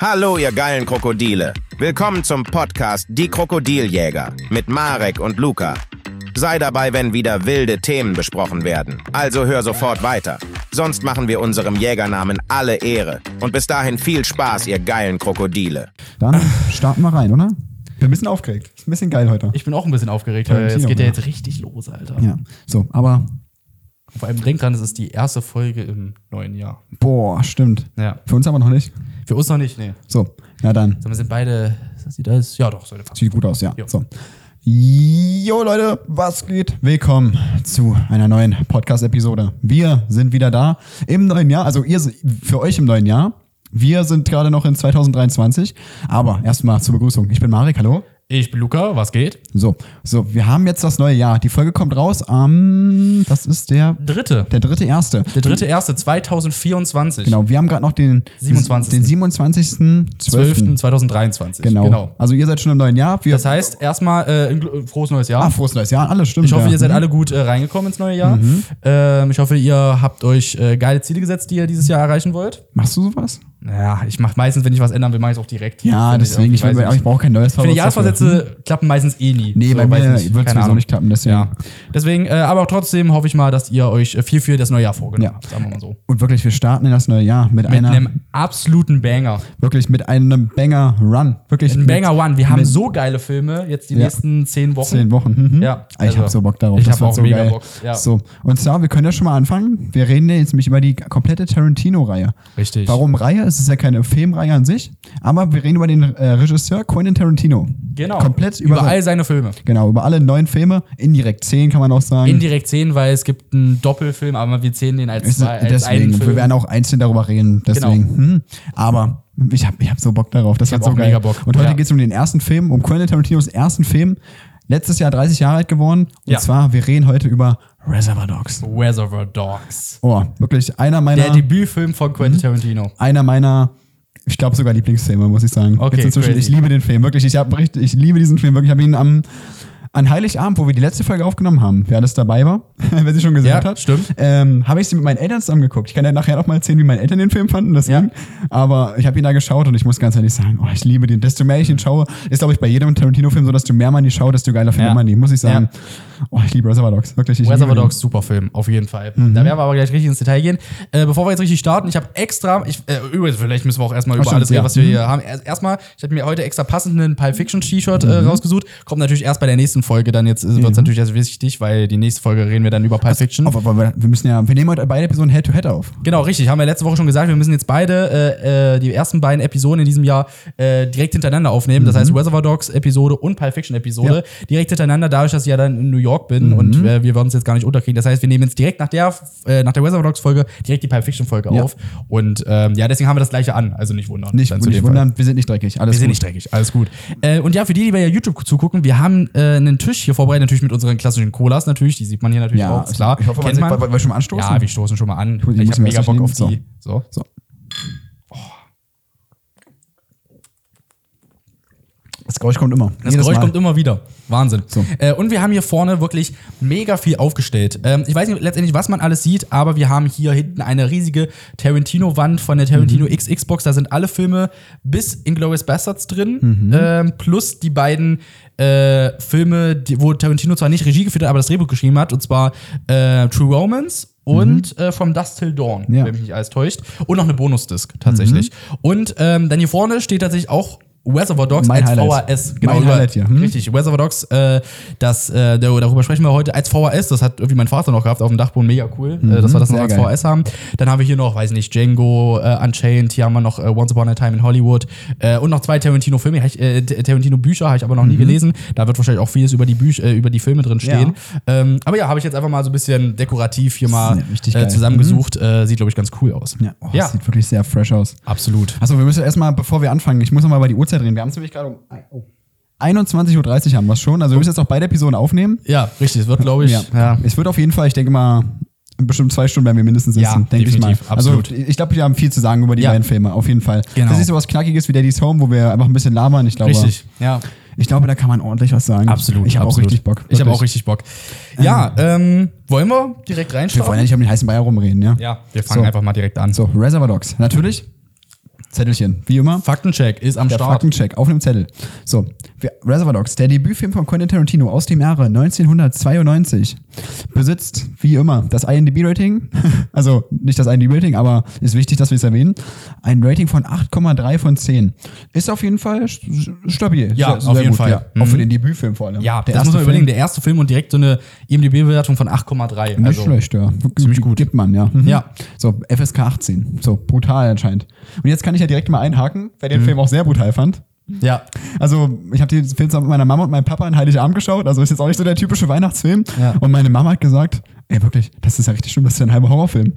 Hallo, ihr geilen Krokodile. Willkommen zum Podcast Die Krokodiljäger mit Marek und Luca. Sei dabei, wenn wieder wilde Themen besprochen werden. Also hör sofort weiter. Sonst machen wir unserem Jägernamen alle Ehre. Und bis dahin viel Spaß, ihr geilen Krokodile. Dann starten wir rein, oder? Bin ein bisschen aufgeregt. Ist ein bisschen geil heute. Ich bin auch ein bisschen aufgeregt. Ja, Alter. ich Es geht ja auch, jetzt richtig los, Alter. Ja. So, aber Vor allem denk dran, es ist die erste Folge im neuen Jahr. boah, stimmt. Ja. Für uns aber noch nicht. Für uns noch nicht, nee. So, na dann. Sondern wir sind beide. Sieht das? Ja, doch, sollte fast. Sieht gut aus, ja. Jo. So. Jo Leute, was geht? Willkommen zu einer neuen Podcast-Episode. Wir sind wieder da im neuen Jahr, also ihr für euch im neuen Jahr. Wir sind gerade noch in 2023, aber erstmal zur Begrüßung. Ich bin Marek, hallo. Ich bin Luca, was geht? So, so, wir haben jetzt das neue Jahr. Die Folge kommt raus am, das ist der, Dritte. der dritte erste. Der dritte erste, 2024. Genau, wir haben gerade noch den 27.. den 27. 12. 2023. Genau. Also ihr seid schon im neuen Jahr. Wir Das heißt, erstmal äh, ein gl- frohes neues Jahr. ah, frohes neues Jahr, alles stimmt. Ich hoffe, ja. Mhm. ihr seid alle gut äh, reingekommen ins neue Jahr. Ähm, ich hoffe, ihr habt euch äh, geile Ziele gesetzt, die ihr dieses Jahr erreichen wollt. Machst du sowas? Ja, ich mache meistens, wenn ich was ändern will, mache ich es auch direkt. Ja, Wenn deswegen, ich, weiß will- nicht. ich brauche kein neues Ich finde, dafür. Mhm. Jahresvorsätze klappen meistens eh nie. Nee, bei weiß mir ich nicht. wird es Keine sowieso Ahnung. nicht klappen, deswegen. Ja. Deswegen, äh, aber auch trotzdem hoffe ich mal, dass ihr euch äh, viel für das neue Jahr vorgenommen Ja. habt, sagen wir mal so. Und wirklich, wir starten in das neue Jahr mit, Mit einer, einem absoluten Banger. wirklich mit einem Banger-Run. Wirklich Ein mit Banger One. Wir haben mit- so geile Filme jetzt die Ja. nächsten zehn Wochen. Zehn Wochen. Mhm. Ja, Ah, ich also, habe so Bock darauf. ich das hab wird auch so mega geil. Bock, ja. So, und zwar, wir können ja schon mal anfangen. Wir reden ja jetzt nämlich über die komplette Tarantino-Reihe. Richtig. Warum Reihe? Es ist ja keine Filmreihe an sich, aber wir reden über den äh, Regisseur Quentin Tarantino. Genau. Komplett über, über all seine Filme. Genau, über alle neun Filme. Indirekt zehn kann man auch sagen. Indirekt zehn, weil es gibt einen Doppelfilm, aber wir zählen den als, Es ist- zwei, als einen deswegen, Film. Genau. wir werden auch einzeln darüber reden. Deswegen. Hm. Aber ich habe ich hab so Bock darauf. Das Ich wird hab so auch geil. mega Bock. Und heute Ja. geht es um den ersten Film, um Quentin Tarantinos ersten Film. Letztes Jahr 30 Jahre alt geworden. Und Ja. zwar, wir reden heute über Reservoir Dogs. Reservoir Dogs. Oh, wirklich einer meiner, Der Debütfilm von Mhm. Quentin Tarantino. einer meiner, ich glaube sogar Lieblingsfilme, muss ich sagen. Okay, Jetzt inzwischen, crazy. ich liebe den Film, wirklich. Ich, hab, richtig- ich liebe diesen Film, wirklich. Ich habe ihn am, an Heiligabend, wo wir die letzte Folge aufgenommen haben, wer alles dabei war, wer sie schon gesagt Ja, hat, stimmt. ähm, habe ich sie mit meinen Eltern zusammen geguckt. Ich kann ja nachher noch mal erzählen, wie meine Eltern den Film fanden, deswegen. Aber ich habe ihn da geschaut und ich muss ganz ehrlich sagen, oh, ich liebe den. Desto mehr ich ihn schaue, ist, glaube ich, bei jedem Tarantino-Film so, dass du mehr man die schaut, desto geiler Film Ja. man die, muss ich sagen. Oh, ich liebe Reservoir Dogs, wirklich. Ich Reservoir liebe den. Dogs, super Film, auf jeden Fall. Mhm. Da werden wir aber gleich richtig ins Detail gehen. Äh, bevor wir jetzt richtig starten, ich habe extra, ich, äh, übrigens, vielleicht müssen wir auch erstmal über stimmt, alles reden, ja. Mhm. was wir hier haben. Erst- Erstmal, ich habe mir heute extra passend einen Pulp Fiction T-Shirt äh, Mhm. rausgesucht. Kommt natürlich erst bei der nächsten Folge, dann jetzt wird es natürlich erst wichtig, weil die nächste Folge reden wir dann über Pulp Fiction. Aber, aber wir- wir müssen ja, wir nehmen heute beide Episoden Head-to-Head auf. Genau, richtig. Haben wir letzte Woche schon gesagt, wir müssen jetzt beide äh, äh, die ersten beiden Episoden in diesem Jahr äh, direkt hintereinander aufnehmen. Mhm. Das heißt Reservoir Dogs Episode und Pulp Fiction Episode direkt hintereinander, dadurch, dass ich ja dann in New York bin Mhm. und äh, wir werden uns jetzt gar nicht unterkriegen. Das heißt, wir nehmen jetzt direkt nach der, äh, nach der Reservoir Dogs Folge direkt die Pulp Fiction Folge Ja. auf. Und ähm, ja, deswegen haben wir das gleiche an. Also nicht wundern. Nicht, Dann zu nicht dem Fall. wundern, wir sind nicht dreckig. Alles Wir sind gut. nicht dreckig, alles gut. Äh, und ja, für die, die bei YouTube zugucken, wir haben äh, einen Tisch hier vorbereitet, natürlich mit unseren klassischen Colas natürlich, die sieht man hier natürlich Ja, auch, ist klar. ich hoffe, man Kennt sieht- wollen wir schon mal anstoßen? Ja, wir stoßen schon mal an. muss ich ich habe mir mega erst Bock nehmen. auf die. So. So. Das Geräusch kommt immer. Das Geräusch kommt immer wieder. Wahnsinn. So. Äh, und wir haben hier vorne wirklich mega viel aufgestellt. Ähm, ich weiß nicht letztendlich, was man alles sieht, aber wir haben hier hinten eine riesige Tarantino-Wand von der Tarantino Mhm. XX Box. Da sind alle Filme bis Inglourious Bastards drin, Mhm. ähm, plus die beiden äh, Filme, die, wo Tarantino zwar nicht Regie geführt hat, aber das Drehbuch geschrieben hat, und zwar äh, True Romance und äh, From Dust Till Dawn, Mhm. Ja. Mhm. wenn mich nicht alles täuscht. Und noch eine Bonusdisk tatsächlich. Und ähm, dann hier vorne steht tatsächlich auch Reservoir Dogs Mein als Highlight. VHS. Genau, Mein über- Highlight hier. Hm? Richtig, Reservoir Dogs, äh, das, äh, dar- darüber sprechen wir heute als VHS. Das hat irgendwie mein Vater noch gehabt auf dem Dachboden, mega cool, äh, dass wir das noch Mhm, sehr als geil. VHS haben. Dann haben wir hier noch, weiß nicht, Django, äh, Unchained, hier haben wir noch äh, Once Upon a Time in Hollywood äh, und noch zwei Tarantino-Filme, Hab ich, äh, T- Tarantino-Bücher habe ich aber noch Mhm. nie gelesen. Da wird wahrscheinlich auch vieles über die, Büch äh, über die Filme drin stehen. Ähm, aber ja, habe ich jetzt einfach mal so ein bisschen dekorativ hier mal ja richtig äh, geil. Mhm. zusammengesucht. Äh, sieht, glaube ich, ganz cool aus. Ja, oh, Das sieht wirklich sehr fresh aus. absolut. Achso, wir müssen erstmal, bevor wir anfangen, ich muss nochmal über die Uhrzeit reden. Wir haben es nämlich gerade um ein- oh, 21.30 Uhr haben wir es schon. Also wir müssen jetzt auch beide Episoden aufnehmen. Ja, richtig, es wird, glaube ich, ja. Es wird auf jeden Fall, ich denke mal, bestimmt zwei Stunden werden wir mindestens sitzen, Ja, denke ich mal. definitiv, absolut. Also ich glaube, wir haben viel zu sagen über die Ja. beiden Filme, auf jeden Fall. Genau. Das ist sowas Knackiges wie Daddy's Home, wo wir einfach ein bisschen labern, ich glaube. richtig. Ja. Ich glaube, da kann man ordentlich was sagen. Absolut. Ich habe auch absolut. richtig Bock. Ich habe wirklich. auch richtig Bock. Ja, ähm, wollen wir direkt Wir wollen ja reinstarten? nicht um den heißen Bayer rumreden, ja? Ja, wir fangen So. einfach mal direkt an. So, Reservoir Dogs. Natürlich. Zettelchen, wie immer. Faktencheck ist am Der Start. Faktencheck auf einem Zettel. So, wir- Reservoir Dogs, der Debütfilm von Quentin Tarantino aus dem Jahre 1992, besitzt wie immer das IMDb-Rating, also nicht das IMDb-Rating, aber ist wichtig, dass wir es erwähnen, ein Rating von 8,3 von 10. Ist auf jeden Fall st- stabil. Ja, auf jeden Fall. Mhm. Auch für den Debütfilm vor allem. ja, Der das erste muss man überlegen. Film, Der erste Film und direkt so eine IMDb-Bewertung von 8,3. nicht schlecht, ja. Also, mhm, ziemlich gut. Mhm. Gibt man, ja. Ja. So, FSK 18. So, brutal anscheinend. Und jetzt kann ich ja direkt mal einhaken, wer Mhm. den Film auch sehr brutal fand. Ja. Also, ich habe den Film zusammen mit meiner Mama und meinem Papa an Heiligabend geschaut. Also, ist jetzt auch nicht so der typische Weihnachtsfilm. Ja. Und meine Mama hat gesagt: Ey, wirklich, das ist ja richtig schlimm, das ist ja ein halber Horrorfilm.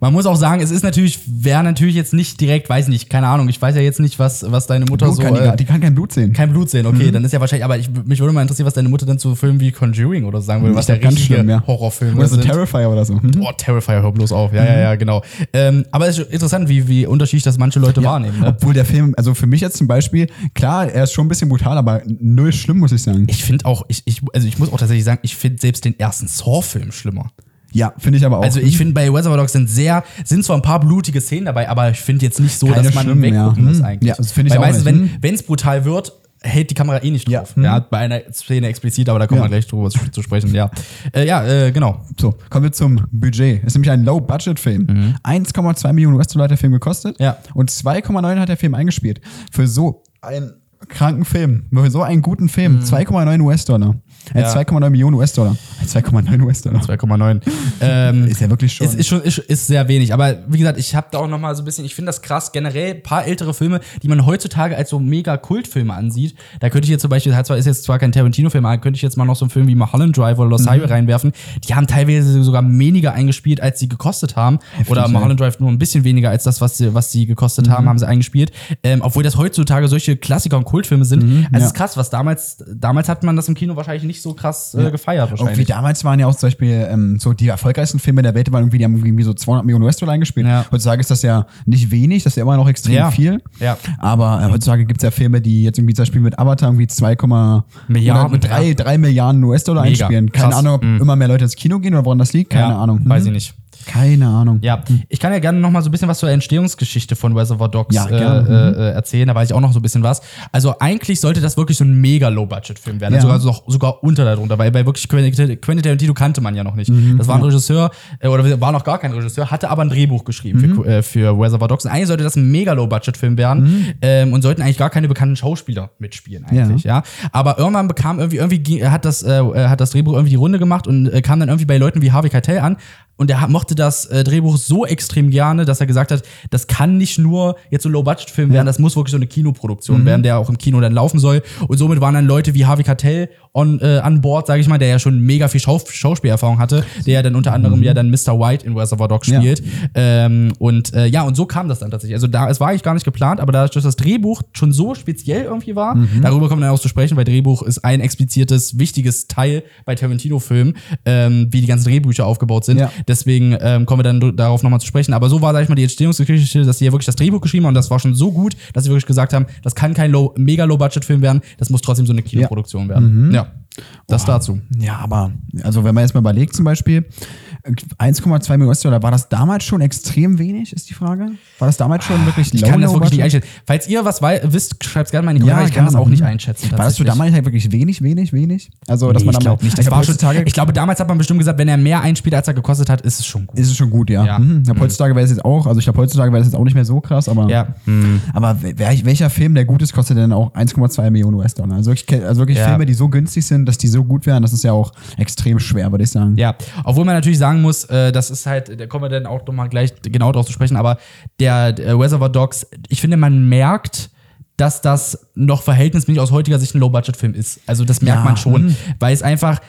Man muss auch sagen, es ist natürlich, wäre natürlich jetzt nicht direkt, weiß nicht, keine Ahnung, ich weiß ja jetzt nicht, was, was deine Mutter Blut so. kann die, Äh, gar- Mhm. die kann kein Blut sehen. kein Blut sehen, okay, dann ist ja wahrscheinlich, aber ich, mich würde mal interessieren, was deine Mutter dann zu Filmen wie Conjuring oder so sagen würde, was Ist der doch ganz richtige schlimm, ja. Horrorfilm Oder so sind. Terrifier oder so. Mhm. Oh, Terrifier, hör bloß auf. Ja, ja, ja, genau. Ähm, aber es ist interessant, wie, wie unterschiedlich das manche Leute wahrnehmen. Ne? Obwohl der Film, also für mich jetzt zum Beispiel, klar, er ist schon ein bisschen brutal, aber null schlimm, muss ich sagen. Ich finde auch, ich, ich, also ich muss auch tatsächlich sagen, ich finde selbst den ersten Saw-Film schlimmer. Ja, finde ich aber auch. Also ich finde bei Reservoir Dogs sind sehr, sind zwar ein paar blutige Szenen dabei, aber ich finde jetzt nicht so, Keine dass man schlimmen, weggucken ja. muss Hm. eigentlich. Ja, das finde ich Weil auch meistens, nicht. Mhm. wenn wenn es brutal wird, hält die Kamera eh nicht Ja. Mhm. drauf. Ja, bei einer Szene explizit, aber da kommen Ja. wir gleich drüber zu zu sprechen. Ja, äh, ja, äh, genau. So, kommen wir zum Budget. Ist nämlich ein Low-Budget-Film. 1,2 Millionen US-Dollar hat der Film gekostet. Mhm. Ja. Und 2,9 hat der Film eingespielt. Für so einen kranken Film, für so einen guten Film, 2,9 US-Dollar. Äh, Mhm. Ja. 2,9 Millionen US-Dollar. Äh, 2,9 US-Dollar. 2,9. ähm, Ist ja wirklich schon. Ist, ist schon ist, ist sehr wenig. Aber wie gesagt, ich habe da auch noch mal so ein bisschen. Ich finde das krass generell. Ein paar ältere Filme, die man heutzutage als so mega Kultfilme ansieht. Da könnte ich jetzt zum Beispiel, hat zwar ist jetzt zwar kein Tarantino-Film, aber könnte ich jetzt mal noch so einen Film wie Mulholland Drive oder Mhm. Lost Highway reinwerfen. Die haben teilweise sogar weniger eingespielt, als sie gekostet haben. oder ey. Mulholland Drive nur ein bisschen weniger als das, was sie, was sie gekostet Mhm. haben, haben sie eingespielt. Ähm, obwohl das heutzutage solche Klassiker und Kultfilme sind. also Mhm, ja. ist krass, was damals damals hat man das im Kino wahrscheinlich nicht so krass äh, gefeiert. auch wie Wahrscheinlich. damals waren ja auch zum Beispiel ähm, so die erfolgreichsten Filme der Welt, waren irgendwie, die haben irgendwie so 200 Millionen US-Dollar eingespielt. Ja. Heutzutage ist das ja nicht wenig, das ist ja immer noch extrem Ja. viel. Ja. Aber äh, heutzutage gibt es ja Filme, die jetzt irgendwie zum Beispiel mit Avatar irgendwie 2, Milliarden, oder drei, drei Milliarden US-Dollar Mega. einspielen. Keine Krass. Mhm. Ahnung, ob immer mehr Leute ins Kino gehen oder woran das liegt. Keine Ja, Ahnung. Hm? Weiß ich nicht. Keine Ahnung. Hm. Ja, ich kann ja gerne noch mal so ein bisschen was zur Entstehungsgeschichte von Reservoir Dogs Ja, äh, gerne. Hm. äh, äh, erzählen. Da weiß ich auch noch so ein bisschen was. Also eigentlich sollte das wirklich so ein mega Low-Budget-Film werden. Ja. Sogar, so- sogar unter darunter, weil bei wirklich Quentin Quentin Tarantino kannte man ja noch nicht. Mhm. Das war ein Regisseur, äh, oder war noch gar kein Regisseur, hatte aber ein Drehbuch geschrieben Mhm. für, äh, für Reservoir Dogs. Und eigentlich sollte das ein mega Low-Budget-Film werden Mhm. ähm, und sollten eigentlich gar keine bekannten Schauspieler mitspielen eigentlich, ja. Aber irgendwann bekam irgendwie, irgendwie ging, hat, das, äh, hat das Drehbuch irgendwie die Runde gemacht und äh, kam dann irgendwie bei Leuten wie Harvey Keitel an und er ha- mochte das äh, Drehbuch so extrem gerne, dass er gesagt hat, das kann nicht nur jetzt so ein Low-Budget-Film werden, das muss wirklich so eine Kinoproduktion werden, der auch im Kino dann laufen soll. Und somit waren dann Leute wie Harvey Keitel on, äh, an Bord, sage ich mal, der ja schon mega viel Schau Schauspielerfahrung hatte, der ja dann unter anderem ja dann Mr. White in Reservoir Dogs Ja. spielt. Ähm, und äh, ja, und so kam das dann tatsächlich. Also da, es war eigentlich gar nicht geplant, aber dadurch, dass das Drehbuch schon so speziell irgendwie war, darüber kommen wir dann auch zu sprechen, weil Drehbuch ist ein expliziertes, wichtiges Teil bei Tarantino-Filmen, ähm, wie die ganzen Drehbücher aufgebaut sind. Ja. Deswegen ähm, kommen wir dann dr- darauf nochmal zu sprechen. Aber so war, sag ich mal, die Entstehungsgeschichte, dass sie ja wirklich das Drehbuch geschrieben haben und das war schon so gut, dass sie wirklich gesagt haben, das kann kein Low, mega Low-Budget-Film werden, das muss trotzdem so eine Kinoproduktion werden. Ja. Das dazu. Ja, aber also wenn man jetzt mal überlegt, zum Beispiel, äh, 1,2 Millionen US-Dollar, war das damals schon extrem wenig, ist die Frage? War das damals schon wirklich Ah, Ich low, kann das low wirklich nicht budget? einschätzen. Falls ihr was wei- wisst, schreibt es gerne mal in die Kommentare. ich kann das gerne. auch nicht Mhm. einschätzen. War das zu tatsächlich. damals halt wirklich wenig, wenig, wenig? Also, dass Nee, man ich glaube nicht. Das war schon Tage. Ich glaube, damals hat man bestimmt gesagt, wenn er mehr einspielt, als er gekostet hat, ist es schon gut. ist es schon gut, ja. Ja. Mhm. Ich glaub, heutzutage wäre es jetzt auch, also ich glaube, heutzutage wäre das jetzt auch nicht mehr so krass, aber. Ja. Mhm. Aber wer, welcher Film, der gut ist, kostet denn auch 1,2 Millionen US-Dollar? Also wirklich, ke- also wirklich Ja. Filme, die so günstig sind, dass die so gut wären, das ist ja auch extrem schwer, würde ich sagen. Ja, obwohl man natürlich sagen muss, äh, das ist halt, da kommen wir dann auch nochmal gleich genau drauf zu sprechen, aber der, der Reservoir Dogs, ich finde, man merkt, dass das noch verhältnismäßig aus heutiger Sicht ein Low-Budget-Film ist. Also das merkt Ja, man schon, weil es einfach,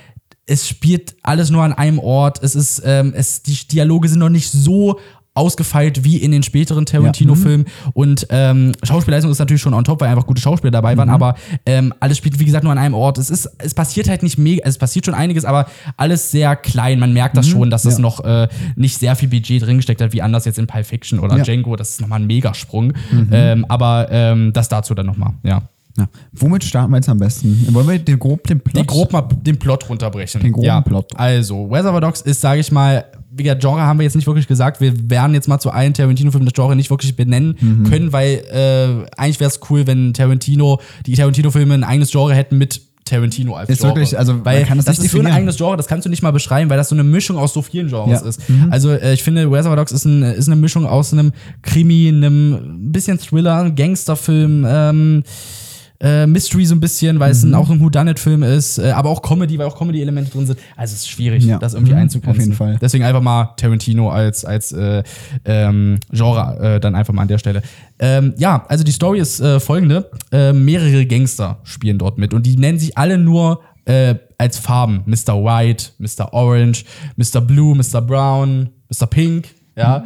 es spielt alles nur an einem Ort, es ist, ähm, es, die Dialoge sind noch nicht so ausgefeilt wie in den späteren Tarantino-Filmen Mhm. und ähm, Schauspielleistung ist natürlich schon on top, weil einfach gute Schauspieler dabei Mhm. waren, aber ähm, alles spielt wie gesagt nur an einem Ort. Es ist, es passiert halt nicht mega, es passiert schon einiges, aber alles sehr klein. Man merkt das schon, dass das Mhm. Ja. noch äh, nicht sehr viel Budget drin gesteckt hat, wie anders jetzt in Pulp Fiction oder Ja. Mhm. Django. Das ist nochmal ein Megasprung. Ähm, aber ähm, das dazu dann nochmal, ja. Ja. Womit starten wir jetzt am besten? Wollen wir den grob den Plot? Den grob mal den Plot runterbrechen. Den groben Plot. Also, Reservoir Dogs ist, sage ich mal, wie gesagt, Genre haben wir jetzt nicht wirklich gesagt. Wir werden jetzt mal zu allen Tarantino-Filmen das Genre nicht wirklich benennen Mhm. können, weil äh, eigentlich wäre es cool, wenn Tarantino, die Tarantino-Filme ein eigenes Genre hätten mit Tarantino als Ist Genre. wirklich, also, man weil kann das das nicht ist so ein definieren. eigenes Genre, das kannst du nicht mal beschreiben, weil das so eine Mischung aus so vielen Genres Ja. Mhm. ist. Also äh, ich finde, Reservoir Dogs ist, ein, ist eine Mischung aus einem Krimi, einem bisschen Thriller, Gangsterfilm, ähm, äh, Mystery so ein bisschen, weil Mhm. es ein, auch ein Whodunit-Film ist, äh, aber auch Comedy, weil auch Comedy-Elemente drin sind. Also es ist schwierig, Ja. das irgendwie Mhm, einzugrenzen. auf jeden Fall. Deswegen einfach mal Tarantino als, als äh, ähm, Genre äh, dann einfach mal an der Stelle. Ähm, ja, also die Story ist äh, folgende. Äh, mehrere Gangster spielen dort mit und die nennen sich alle nur äh, als Farben. Mr. White, Mr. Orange, Mr. Blue, Mr. Brown, Mr. Pink. Ja,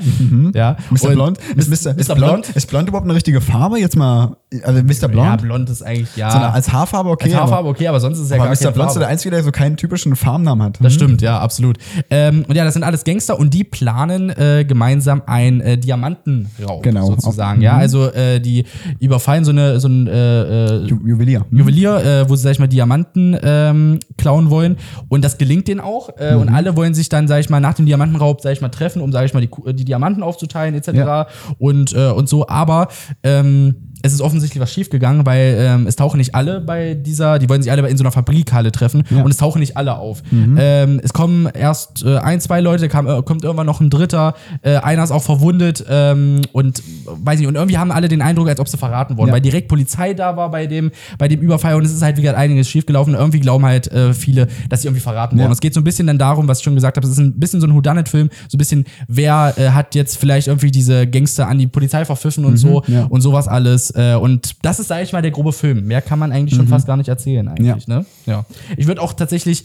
ja. Mr. Und Mhm. Blond? Ist Mr. Ist Blond? Ist Blond überhaupt eine richtige Farbe? Jetzt mal. Also Mr. Ja, Blond? blond ist eigentlich, ja. so eine, als Haarfarbe okay. Als Haarfarbe, okay, aber sonst ist es ja Aber, gar aber Mr. keine Blond ist so Farbe. der Einzige, der so keinen typischen Farbennamen hat. Mhm. Das stimmt, ja, absolut. Ähm, und ja, das sind alles Gangster und die planen äh, gemeinsam einen äh, Diamantenraub Genau. sozusagen. Ja, also äh, die überfallen so eine so ein äh, äh, Ju Juwelier. Hm? Juwelier, äh, wo sie, sag ich mal, Diamanten ähm, klauen wollen. Und das gelingt denen auch. Äh, Mhm. Und alle wollen sich dann, sag ich mal, nach dem Diamantenraub, sag ich mal, treffen, um, sag ich mal, die, Ku- die Diamanten aufzuteilen, etc. Ja. Und, äh, und so. Aber ähm, es ist offensichtlich was schiefgegangen, weil ähm, es tauchen nicht alle bei dieser, die wollen sich alle in so einer Fabrikhalle treffen und es tauchen nicht alle auf. Mhm. Ähm, es kommen erst äh, ein, zwei Leute, kam, äh, kommt irgendwann noch ein dritter, äh, einer ist auch verwundet ähm, und äh, weiß nicht, und irgendwie haben alle den Eindruck, als ob sie verraten wurden, Ja. weil direkt Polizei da war bei dem, bei dem Überfall und es ist halt, wie gesagt, einiges schiefgelaufen. Irgendwie glauben halt äh, viele, dass sie irgendwie verraten wurden. Ja. Und es geht so ein bisschen dann darum, was ich schon gesagt habe, es ist ein bisschen so ein Houdanet-Film, so ein bisschen, wer äh, hat jetzt vielleicht irgendwie diese Gangster an die Polizei verpfiffen und so Mhm. ja. und sowas alles. Äh, und das ist, sage ich mal, der grobe Film. Mehr kann man eigentlich schon Mhm. fast gar nicht erzählen, eigentlich. Ne? Ja. Ich würde auch tatsächlich.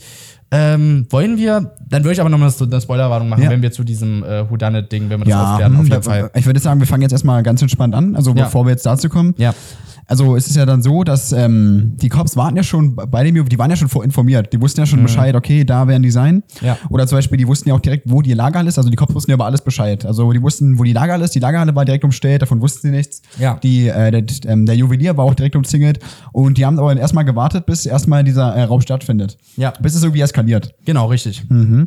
Ähm, wollen wir, dann würde ich aber nochmal eine Spoilerwarnung machen, Ja. wenn wir zu diesem äh, Houdanet-Ding, wenn wir das Ja, aufklären, auf hm, da- jeden Fall. ich würde sagen, wir fangen jetzt erstmal ganz entspannt an, also Ja. bevor wir jetzt dazu kommen. Ja. Also es ist ja dann so, dass ähm, die Cops waren ja schon bei dem, die waren ja schon vorinformiert. Die wussten ja schon Bescheid, okay, da werden die sein. Mhm. Ja. Oder zum Beispiel, die wussten ja auch direkt, wo die Lagerhalle ist. Also die Cops wussten ja über alles Bescheid. Also die wussten, wo die Lagerhalle ist. Die Lagerhalle war direkt umstellt, davon wussten sie nichts. Ja. Die, äh, der, ähm, der Juwelier war auch direkt umzingelt. Und die haben aber erstmal gewartet, bis erstmal dieser äh, Raub stattfindet. Ja. Bis es irgendwie eskaliert. Genau, richtig. Mhm.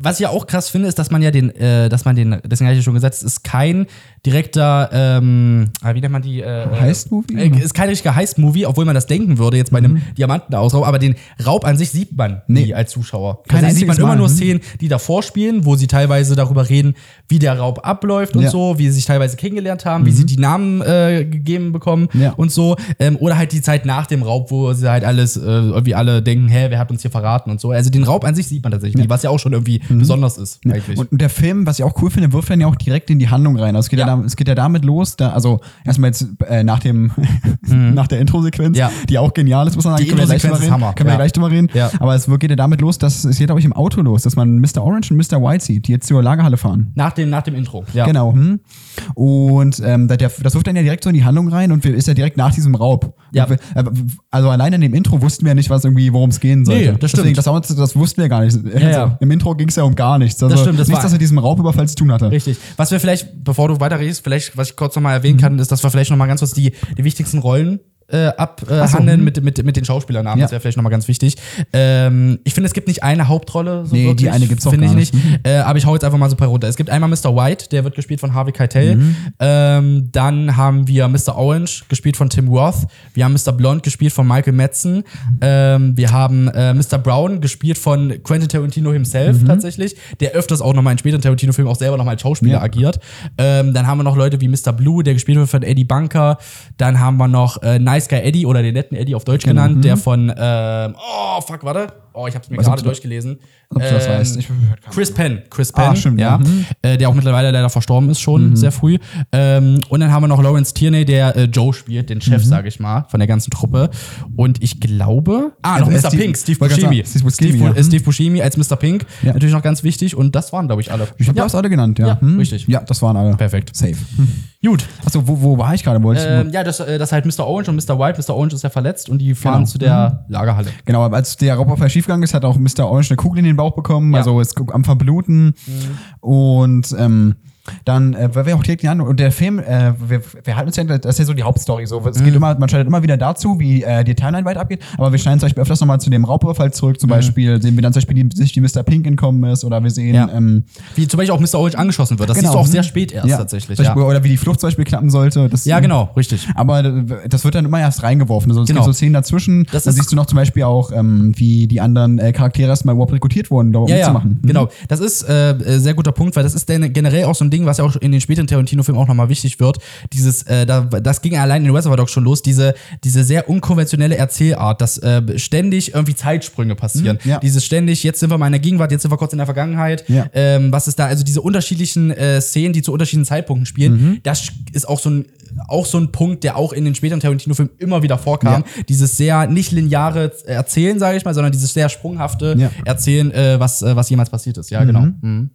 Was ich ja auch krass finde, ist, dass man ja den, äh, dass man den, deswegen habe ich ja schon gesagt, es ist kein direkter, ähm, ah, wie nennt man die? Äh, Heist-Movie, Äh, oder? ist kein richtiger Heist-Movie, obwohl man das denken würde jetzt bei einem Diamantenausraub, aber den Raub an sich sieht man nie Nee. als Zuschauer. Kein Tatsächlich sieht man einziges immer Mal, nur mhm. Szenen, die davor spielen, wo sie teilweise darüber reden, wie der Raub abläuft und Ja. Mhm. so, wie sie sich teilweise kennengelernt haben, wie sie die Namen äh, gegeben bekommen Ja. und so. Ähm, oder halt die Zeit nach dem Raub, wo sie halt alles, äh, irgendwie alle denken, hä, wer hat uns hier verraten und so. Also den Raub an sich sieht man tatsächlich, nie, was ja auch schon irgendwie besonders ist, eigentlich. Mhm. Und der Film, was ich auch cool finde, wirft dann ja auch direkt in die Handlung rein. Also es geht ja, Ja. da, es geht ja damit los, da, also erstmal jetzt äh, nach dem nach der Introsequenz, Mhm. Ja. die auch genial ist, muss man sagen. Die Können wir gleich Introsequenz drüber ist reden. Hammer. Können Ja. wir gleich drüber reden. Ja. Aber es wird- geht ja damit los, dass es geht, glaube ich, im Auto los, dass man Mr. Orange und Mr. White sieht, die jetzt zur Lagerhalle fahren. nach, dem, nach dem Intro. Ja. Genau. Hm. Und ähm, da- der, das wirft dann ja direkt so in die Handlung rein und wir, ist ja direkt nach diesem Raub. Ja. Und Wir, äh, also allein in dem Intro wussten wir ja nicht, was irgendwie, worum es gehen sollte. das Deswegen, stimmt. das, haben uns- das wussten wir gar nicht. Also, ja. Im Intro ging es ja um gar nichts. Also, stimmt, das nichts, war- das mit diesem Raubüberfall zu tun hatte. Richtig. Was wir vielleicht, bevor du weiterredest, vielleicht, was ich kurz nochmal Mhm. erwähnen kann, ist, dass wir vielleicht nochmal ganz kurz die, die wichtigsten Rollen äh, abhandeln so, handeln hm. mit, mit, mit den Schauspielernamen. Ja. Das wäre vielleicht nochmal ganz wichtig. Ähm, ich finde, es gibt nicht eine Hauptrolle. So Nee, die eine gibt's auch Finde ich gar nicht. Äh, aber ich hau jetzt einfach mal so ein paar runter. Es gibt einmal Mr. White, der wird gespielt von Harvey Keitel. Mhm. Ähm, dann haben wir Mr. Orange, gespielt von Tim Roth. Wir haben Mr. Blond, gespielt von Michael Madsen. Ähm, wir haben äh, Mr. Brown, gespielt von Quentin Tarantino himself Mhm. tatsächlich, der öfters auch nochmal in späteren Tarantino-Filmen auch selber nochmal als Schauspieler Ja. agiert. Ähm, dann haben wir noch Leute wie Mr. Blue, der gespielt wird von Eddie Bunker. Dann haben wir noch äh, Nice Guy Eddie oder den netten Eddie auf Deutsch Genau. genannt, der von ähm, Oh, fuck, warte. Oh, ich hab's mir Mhm. Weiß, gerade ob du- durchgelesen. Ähm, ob du das weißt. Ich- Chris Penn. Chris Penn, Ah, stimmt, Mhm. ja. ja. Äh, der auch mittlerweile leider verstorben ist, schon sehr früh. Ähm, und dann haben wir noch Lawrence Tierney, der äh, Joe spielt, den Mhm. Chef, sage ich mal, von der ganzen Truppe. Und ich glaube. Ah, noch Äh, Mr. Steve- Pink, Steve wollte gerade Buscemi. sagen, Steve Buscemi, Steve, Bu- ja. äh, Steve Buscemi als Mr. Pink. Ja. Natürlich noch ganz wichtig. Und das waren, glaube ich, alle. Ich habe ja. das alle genannt, ja. hm. Ja, richtig. Ja, das waren alle. Perfekt. Safe. Gut. Achso, wo, wo war ich gerade? Wollte ich- Ähm, ja, das, äh, das halt Mr. Orange und Mr. White. Mr. Orange ist ja verletzt und die fahren Genau. zu der Lagerhalle. Genau, aber als der Raubüberfall schiefgegangen ist, hat also auch Mr. Orange eine Kugel in den Bauch bekommen, Ja. Mhm. also ist am Verbluten. Und ähm, Dann äh, weil wir auch direkt an und der Film, äh, wir, wir halten uns ja, das ist ja so die Hauptstory. So, es geht Mhm. immer, man schneidet immer wieder dazu, wie äh, die Timeline weit abgeht. Aber wir schneiden zum Beispiel öfters nochmal zu dem Raubüberfall zurück. Mhm. Zum Beispiel sehen wir dann zum Beispiel, die, sich die Mr. Pink entkommen ist oder wir sehen Ja. ähm, Wie zum Beispiel auch Mr. Orange angeschossen wird. Das Genau. siehst du auch sehr spät erst ja, tatsächlich. Zum Ja. Beispiel, Oder wie die Flucht zum Beispiel klappen sollte. Das, ja, genau, richtig. Aber äh, das wird dann immer erst reingeworfen. Also es Genau. gibt so Szenen dazwischen. Das dann ist- siehst du noch zum Beispiel auch, ähm, wie die anderen äh, Charaktere erstmal überhaupt rekrutiert wurden, da Ja, ja, mitzumachen. Hm? genau. Das ist äh, äh, sehr guter Punkt, weil das ist denn generell auch so ein Ding, was ja auch in den späteren Tarantino-Filmen auch nochmal wichtig wird. Dieses, äh, da, das ging allein in Reservoir Dogs schon los, diese, diese sehr unkonventionelle Erzählart, dass äh, ständig irgendwie Zeitsprünge passieren. Mhm, ja. Dieses ständig, jetzt sind wir mal in der Gegenwart, jetzt sind wir kurz in der Vergangenheit. Ja. Ähm, was ist da, also diese unterschiedlichen äh, Szenen, die zu unterschiedlichen Zeitpunkten spielen, Mhm. das ist auch so ein auch so ein Punkt, der auch in den späteren Tarantino-Filmen immer wieder vorkam. Dieses sehr nicht lineare Erzählen, sage ich mal, sondern dieses sehr sprunghafte Ja. erzählen, äh, was, äh, was jemals passiert ist. Ja, genau. Mhm.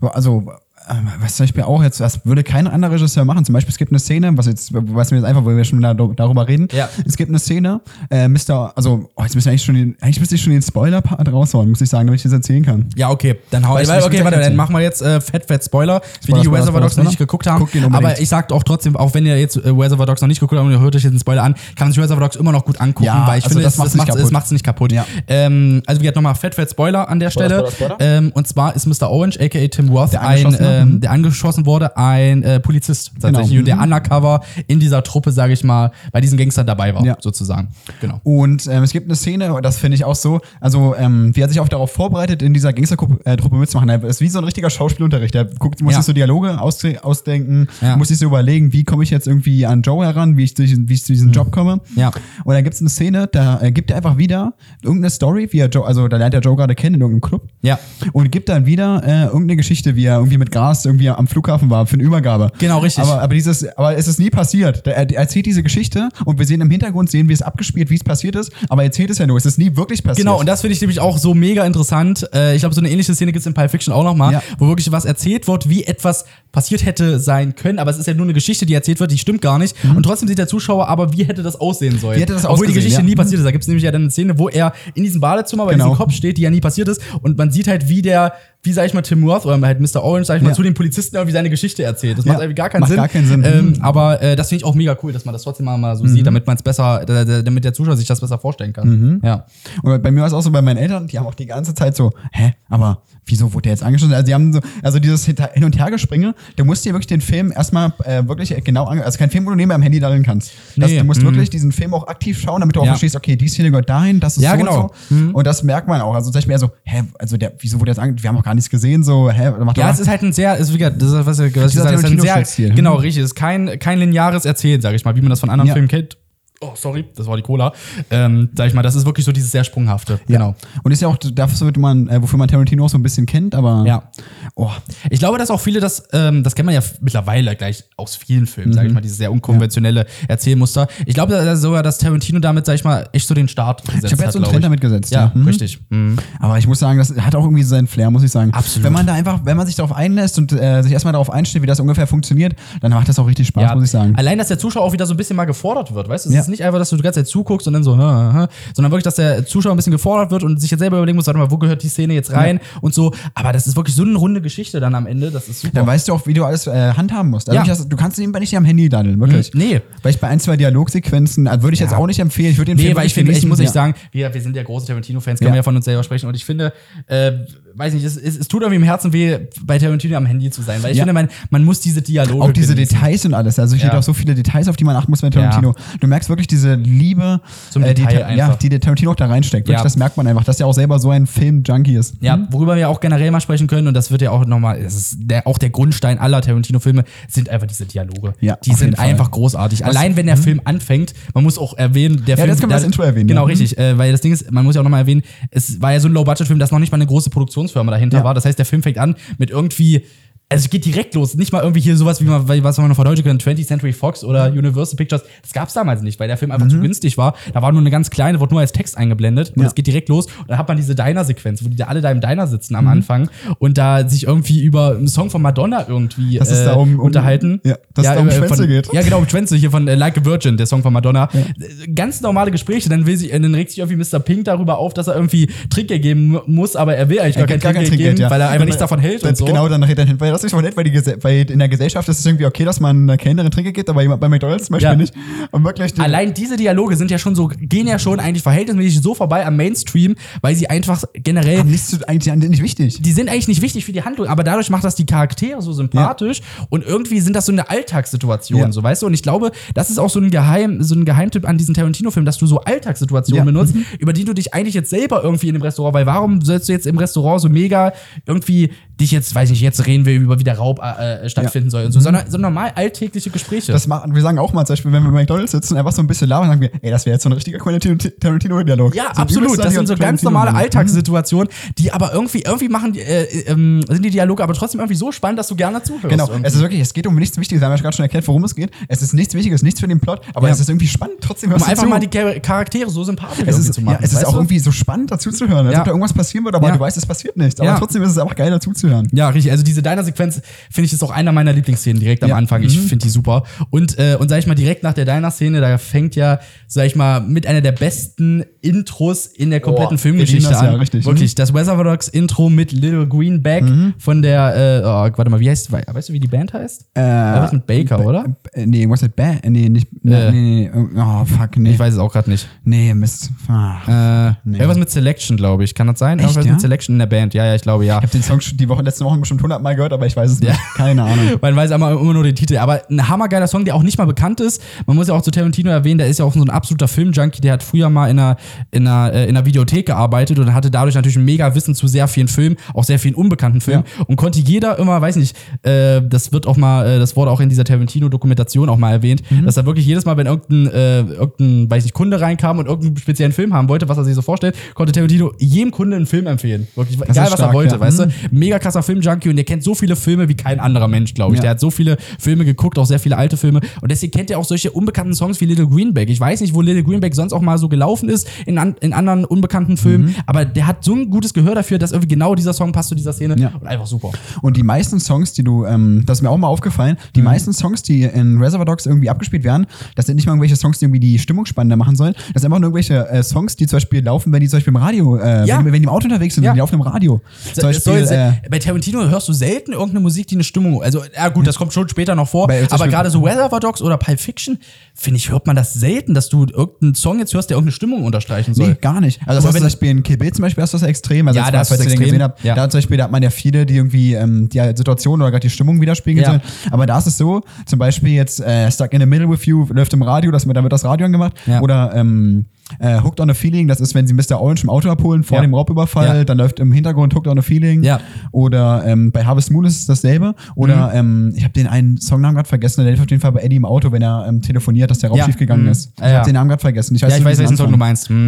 Also, äh, was zum Beispiel auch jetzt, das würde kein anderer Regisseur machen. Zum Beispiel, es gibt eine Szene, was jetzt, was wir jetzt einfach, weil wir schon da, darüber reden. Ja. Es gibt eine Szene, äh, Mr. Also, oh, jetzt müssen wir eigentlich schon den, eigentlich müsste ich schon den Spoiler-Part raushauen, muss ich sagen, damit ich das erzählen kann. Ja, okay. Dann hau Weil ich weil, nicht Okay, gesagt warte, dann hätte. machen wir jetzt äh, Fett, Fett Spoiler, wie Spoiler, die Spoiler, Reservoir Dogs noch Spoiler. nicht geguckt haben. Guckt ihn unbedingt. Aber ich sag auch trotzdem, auch wenn ihr jetzt äh, Reservoir Dogs noch nicht geguckt habt und ihr hört euch jetzt einen Spoiler an, kann man sich Reservoir Dogs immer noch gut angucken, Ja, weil ich also finde, das es- macht's es nicht macht's- es kaputt. macht's nicht kaputt. Ja. Ähm, also wie gesagt, nochmal Fett, Fett Spoiler an der Stelle. Spoiler, Ähm, und zwar ist Mr. Orange, a.k.a. Tim Roth, Der ein, Angeschossene? ähm, der angeschossen wurde, ein äh, Polizist tatsächlich, Genau. und der undercover in dieser Truppe, sage ich mal, bei diesen Gangstern dabei war, Ja. sozusagen. Genau. Und ähm, es gibt eine Szene, das finde ich auch so, also ähm, wie er sich auch darauf vorbereitet, in dieser Gangstergruppe äh, Truppe mitzumachen. Er ist wie so ein richtiger Schauspielunterricht. Er guckt, muss Ja. sich so Dialoge aus, ausdenken, Ja. muss sich so überlegen, wie komme ich jetzt irgendwie an Joe heran, wie ich, durch, wie ich zu diesem Job komme. Mhm. Ja. Und dann gibt es eine Szene, da äh, gibt er einfach wieder irgendeine Story, wie er Joe, also da lernt er Joe gerade kennen in irgendeinem Club. Ja. Und gibt dann wieder äh, irgendeine Geschichte, wie er irgendwie mit Gras irgendwie am Flughafen war für eine Übergabe. Genau, richtig. Aber, aber, dieses, aber es ist nie passiert. Er, er erzählt diese Geschichte und wir sehen im Hintergrund, sehen wir es abgespielt, wie es passiert ist, aber er erzählt es ja nur. Es ist nie wirklich passiert. Genau, und das finde ich nämlich auch so mega interessant. Äh, ich glaube, so eine ähnliche Szene gibt es in Pulp Fiction auch nochmal, Ja. wo wirklich was erzählt wird, wie etwas passiert hätte sein können. Aber es ist ja nur eine Geschichte, die erzählt wird, die stimmt gar nicht. Und trotzdem sieht der Zuschauer aber, wie hätte das aussehen sollen. Mhm. Wie hätte das Obwohl die ausgesehen, Geschichte ja. Mhm. nie passiert ist. Da gibt es nämlich ja dann eine Szene, wo er in diesem Badezimmer bei Genau. diesem Kopf steht, die ja nie passiert ist. Und man sieht halt, wie der, wie sag ich mal, Tim Roth oder halt Mr. Orange, sag ich mal, Ja. zu den Polizisten irgendwie seine Geschichte erzählt. Das Ja. macht irgendwie gar keinen Macht Sinn. gar keinen Sinn. Mhm. Ähm, aber äh, das finde ich auch mega cool, dass man das trotzdem mal, mal so sieht, damit man es besser, da- da- damit der Zuschauer sich das besser vorstellen kann. Mhm. Ja. Und bei mir war es auch so, bei meinen Eltern, die haben auch die ganze Zeit so, hä, aber wieso wurde der jetzt angeschossen? Also die haben so, also dieses Hinter- Hin- und Hergespringe, du musst dir wirklich den Film erstmal äh, wirklich genau ange Also kein Film, wo du nebenbei am Handy darin kannst. Das, Nee, du musst mhm. wirklich diesen Film auch aktiv schauen, damit du auch Ja. verstehst, okay, die Szene gehört dahin, das ist Ja, so genau. und so. Und das merkt man auch. Also zum Beispiel eher so, hä, also der, wieso wurde der jetzt angeschossen? Wir haben auch gar nichts gesehen, so, hä, macht Ja, doch- es ist halt ein sehr, es ist, wie gesagt, das ist, was, ich- was ich Dieser sage, es ist ein sehr, Tarantino-Stil, hm? genau, richtig, es ist kein, kein lineares Erzählen, sage ich mal, wie man das von anderen Ja. Filmen kennt. Oh, sorry, das war die Cola. Ähm, sag ich mal, das ist wirklich so dieses sehr sprunghafte. Genau. Und ist ja auch, das wird man, äh, wofür man Tarantino auch so ein bisschen kennt, aber. Ja. Oh, Ich glaube, dass auch viele das, ähm, das kennt man ja f- mittlerweile gleich aus vielen Filmen, sage Mhm. ich mal, dieses sehr unkonventionelle Erzählmuster. Ich glaube dass- dass sogar, dass Tarantino damit, sag ich mal, echt so den Start gesetzt ich habe jetzt so einen glaub Trend damit gesetzt. Ja, Hm. richtig. Mhm. Aber ich muss sagen, das hat auch irgendwie seinen Flair, muss ich sagen. Absolut. Wenn man da einfach, wenn man sich darauf einlässt und äh, sich erstmal darauf einstellt, wie das ungefähr funktioniert, dann macht das auch richtig Spaß, muss ich sagen. Allein, dass der Zuschauer auch wieder so ein bisschen mal gefordert wird, weißt du? Es Ja. ist nicht einfach, dass du die ganze Zeit zuguckst und dann so, hä, hä, hä, sondern wirklich, dass der Zuschauer ein bisschen gefordert wird und sich jetzt selber überlegen muss, warte mal, wo gehört die Szene jetzt rein und so. Aber das ist wirklich so eine runde Geschichte dann am Ende, das ist super. Dann weißt du auch, wie du alles äh, handhaben musst. Also oh. Ja. ich das, du kannst nebenbei nicht am Handy daddeln, wirklich. Mhm, nee. Weil ich bei ein, zwei Dialogsequenzen, äh, würde ich jetzt auch nicht empfehlen. Ich würde den Nee, weil wirklich ich finde, ich genießen. muss echt ja. sagen, wir, wir sind ja große Tarantino-Fans, können Ja. wir ja von uns selber sprechen. Und ich finde, äh, weiß nicht, es, es, es tut irgendwie im Herzen weh, bei Tarantino am Handy zu sein. Weil ich Ja. finde, man, man muss diese Dialoge. Auch diese genießen. Details und alles. Also, es steht Ja. auch so viele Details, auf die man achten muss bei Tarantino. Du merkst wirklich diese Liebe, äh, Zum die, Detail Ta- ja, einfach. die der Tarantino auch da reinsteckt. Wirklich, Ja. Das merkt man einfach, dass er auch selber so ein Film-Junkie ist. Hm? Ja, worüber wir auch generell mal sprechen können, und das wird ja auch nochmal, das ist der, auch der Grundstein aller Tarantino-Filme, sind einfach diese Dialoge. Ja, die auf jeden sind Fall. mhm. einfach großartig. Allein wenn der Film anfängt, man muss auch erwähnen, Ja, der Film. das können wir da- das Intro erwähnen, Genau, ja. richtig. Äh, weil das Ding ist, man muss ja auch nochmal erwähnen, es war ja so ein Low-Budget-Film, dass noch nicht mal eine große Produktionsfirma dahinter Ja. war. Das heißt, der Film fängt an mit irgendwie. Also es geht direkt los, nicht mal irgendwie hier sowas wie man, was man noch von Deutschland kennt, 20th Century Fox oder Mhm. Universal Pictures. Das gab's damals nicht, weil der Film einfach zu günstig war. Da war nur eine ganz kleine, wurde nur als Text eingeblendet und Ja. es geht direkt los. Und dann hat man diese Diner-Sequenz, wo die da alle da im Diner sitzen Mhm. am Anfang und da sich irgendwie über einen Song von Madonna irgendwie äh, Dass es da um- um- unterhalten. ja, dass es da um über- Schwänze von, geht. Ja, genau, um Schwänze hier von äh, Like a Virgin, der Song von Madonna. Äh, Ganz normale Gespräche, dann will sich, äh, dann regt sich irgendwie Mr. Pink darüber auf, dass er irgendwie Trinkgeld geben mu- muss, aber er will eigentlich gar kein gibt gar kein Trinkgeld geben, Trinkgeld, ja. weil er einfach Wenn man- nichts davon hält Dann- und so. Genau, dann redet er hinterher das das ist voll nett, weil, die, Gese- weil in der Gesellschaft ist es irgendwie okay, dass man einer Kellnerin Trinke gibt, aber jemand bei McDonalds zum Beispiel Ja. nicht. Und wirklich, die, Allein diese Dialoge sind ja schon so, gehen ja schon eigentlich verhältnismäßig so vorbei am Mainstream, weil sie einfach generell ist es eigentlich nicht wichtig. die sind eigentlich nicht wichtig für die Handlung, aber dadurch macht das die Charaktere so sympathisch und irgendwie sind das so eine Alltagssituation, Ja. so weißt du. Und ich glaube, das ist auch so ein Geheim, so ein Geheimtipp an diesen Tarantino-Film, dass du so Alltagssituationen Ja. Mhm. benutzt, über die du dich eigentlich jetzt selber irgendwie in dem Restaurant, weil warum sollst du jetzt im Restaurant so mega irgendwie dich jetzt, weiß ich nicht, jetzt reden wir über wie der Raub äh, äh, stattfinden soll und so, sondern so normal alltägliche Gespräche. Mhm. Das machen, wir sagen auch mal zum Beispiel, wenn wir bei McDonalds sitzen, einfach so ein bisschen labern, sagen wir, ey, das wäre jetzt so ein richtiger Quentin Tarantino-Dialog. Ja, So ein absolut. übelster Das sind so ganz normale Tarantino-Dialog. Alltagssituationen, die aber irgendwie, irgendwie machen, die, äh, ähm, sind die Dialoge aber trotzdem irgendwie so spannend, dass du gerne zuhörst. Genau, irgendwie. es ist wirklich, es geht um nichts Wichtiges, haben wir gerade schon erklärt, worum es geht. Es ist nichts Wichtiges, nichts für den Plot, aber Ja. es ist irgendwie spannend, trotzdem um hörst du einfach zu. mal die Char- Charaktere so sympathisch es irgendwie ist, zu machen. ja, es ist weißt auch du? irgendwie so spannend, dazu zu hören, als Ja. ob da irgendwas passieren wird, aber Ja. du weißt, es passiert nichts. Aber Ja. trotzdem ist es einfach geil, dazu zu hören. Ja, richtig. Also diese Diner-Sequenz finde ich ist auch einer meiner Lieblingsszenen direkt am Ja. Anfang. Ich finde die super. Und, äh, und sag ich mal, direkt nach der Diner-Szene, da fängt ja, sag ich mal, mit einer der besten Intros in der kompletten Boah, Filmgeschichte wir lieben das an. ja, richtig. Wirklich, das Mhm. Reservoir Dogs-Intro mit Little Greenback von der, äh, oh, warte mal, wie heißt, we- weißt du, wie die Band heißt? Äh, was mit Baker, oder? Äh, nee, was it bad? Nee, nicht. Nee, Äh. nee, nee. Oh, fuck, nee. Ich weiß es auch gerade nicht. Nee, Mist. Ach. Äh, Irgendwas mit Selection, glaube ich. Kann das sein? irgendwas ja? mit Selection in der Band. Ja, ja, ich glaube, ja. Ich habe den Song schon die Woche, letzten Wochen bestimmt hundertmal gehört, aber ich weiß es nicht. Keine Ahnung. Man weiß aber immer nur den Titel. Aber ein hammergeiler Song, der auch nicht mal bekannt ist. Man muss ja auch zu Tarantino erwähnen, der ist ja auch so ein absoluter Filmjunkie. Der hat früher mal in einer, in einer, äh, in einer Videothek gearbeitet und hatte dadurch natürlich ein mega Wissen zu sehr vielen Filmen, auch sehr vielen unbekannten Filmen. Und konnte jeder immer, weiß nicht, äh, das wird auch mal, äh, das wurde auch in dieser Tarantino-Dokumentation auch mal erwähnt, dass er wirklich jedes Mal, wenn irgendein, äh, irgendein, weiß nicht, Kunde reinkam und irgendeinen speziellen Film haben wollte, was er sich so vorstellt, konnte Tarantino jedem Kunde einen Film empfehlen. Wirklich, egal was er stark, wollte, ja. Mhm. weißt du? mega krasser Filmjunkie und der kennt so viele Filme wie kein anderer Mensch, glaube ich. Ja. Der hat so viele Filme geguckt, auch sehr viele alte Filme. Und deswegen kennt er auch solche unbekannten Songs wie Little Greenback. Ich weiß nicht, wo Little Greenback sonst auch mal so gelaufen ist in, an, in anderen unbekannten Filmen, Mhm. aber der hat so ein gutes Gehör dafür, dass irgendwie genau dieser Song passt zu dieser Szene Ja. und einfach super. Und die meisten Songs, die du, ähm, das ist mir auch mal aufgefallen, die Mhm. meisten Songs, die in Reservoir Dogs irgendwie abgespielt werden, das sind nicht mal irgendwelche Songs, die irgendwie die Stimmung spannender machen sollen. Das sind einfach nur irgendwelche äh, Songs, die zum Beispiel laufen, wenn die zum Beispiel im Radio, äh, Ja. wenn, die- wenn die im Auto unterwegs sind, Ja. die laufen im Radio. Zum Es soll Beispiel, se- äh, bei Tarantino hörst du selten irgendeine Musik, die eine Stimmung. Also, ja gut, das kommt schon später noch vor. Bei- zum aber Beispiel- gerade so Weather Dogs oder Pulp Fiction, finde ich, hört man das selten, dass du irgendeinen Song jetzt hörst, der irgendeine Stimmung unterstreichen soll. Nee, gar nicht. Also das Aber hast du wenn- zum Beispiel in Kill Bill zum Beispiel hast du das ja extrem. Also Ja, jetzt da mal, hast falls du es ihr den extrem. gesehen habt, Ja. da zum Beispiel, da hat man ja viele, die irgendwie ähm, die halt Situation oder gerade die Stimmung widerspiegeln Ja. sollen. Aber da ist es so, zum Beispiel jetzt äh, Stuck in the Middle with You läuft im Radio, das, da wird das Radio angemacht. Ja. Oder ähm, äh, Hooked on a Feeling, das ist, wenn sie Mr. Orange im Auto abholen vor Ja. dem Raubüberfall, Ja. dann läuft im Hintergrund Hooked on a Feeling. Ja. Oder ähm, bei Harvest Moon ist es dasselbe. Oder Mhm. ähm, ich habe den einen Songnamen gerade vergessen, der läuft auf jeden Fall bei Eddie im Auto, wenn er ähm, telefoniert, dass der Raub Ja. schief gegangen Mhm. ist. Ich Ah, ja. habe den Namen gerade vergessen. Ich weiß Ja, ich nur weiß, diesen welchen Song Anfang. du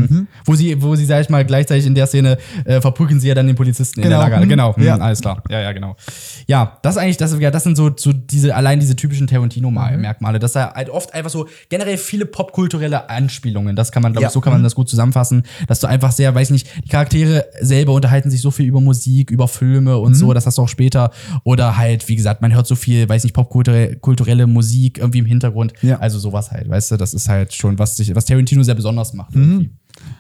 meinst. Mhm. Wo sie, wo sie, sag ich mal, gleichzeitig in der Szene äh, verprügeln sie ja dann den Polizisten in der Genau. Lagerhalle. Mhm. Genau, Ja. Mhm, alles klar. Ja, ja, genau. Ja, das ist eigentlich, das, ja, das sind so, so diese, allein diese typischen Mhm. Tarantino-Merkmale, dass da halt oft einfach so generell viele popkulturelle Anspielungen, das kann man, Ja. Mhm. glaube ich, so kann man das gut zusammenfassen, dass du einfach sehr, weiß nicht, die Charaktere selber unterhalten sich so viel über Musik, über Filme Mhm. und so, das hast du auch später. Oder halt, wie gesagt, man hört so viel, weiß nicht, popkulturelle Musik irgendwie im Hintergrund. Ja. Also sowas halt, weißt du, das ist halt schon, was, sich, was Tarantino sehr besonders Mhm. macht. irgendwie.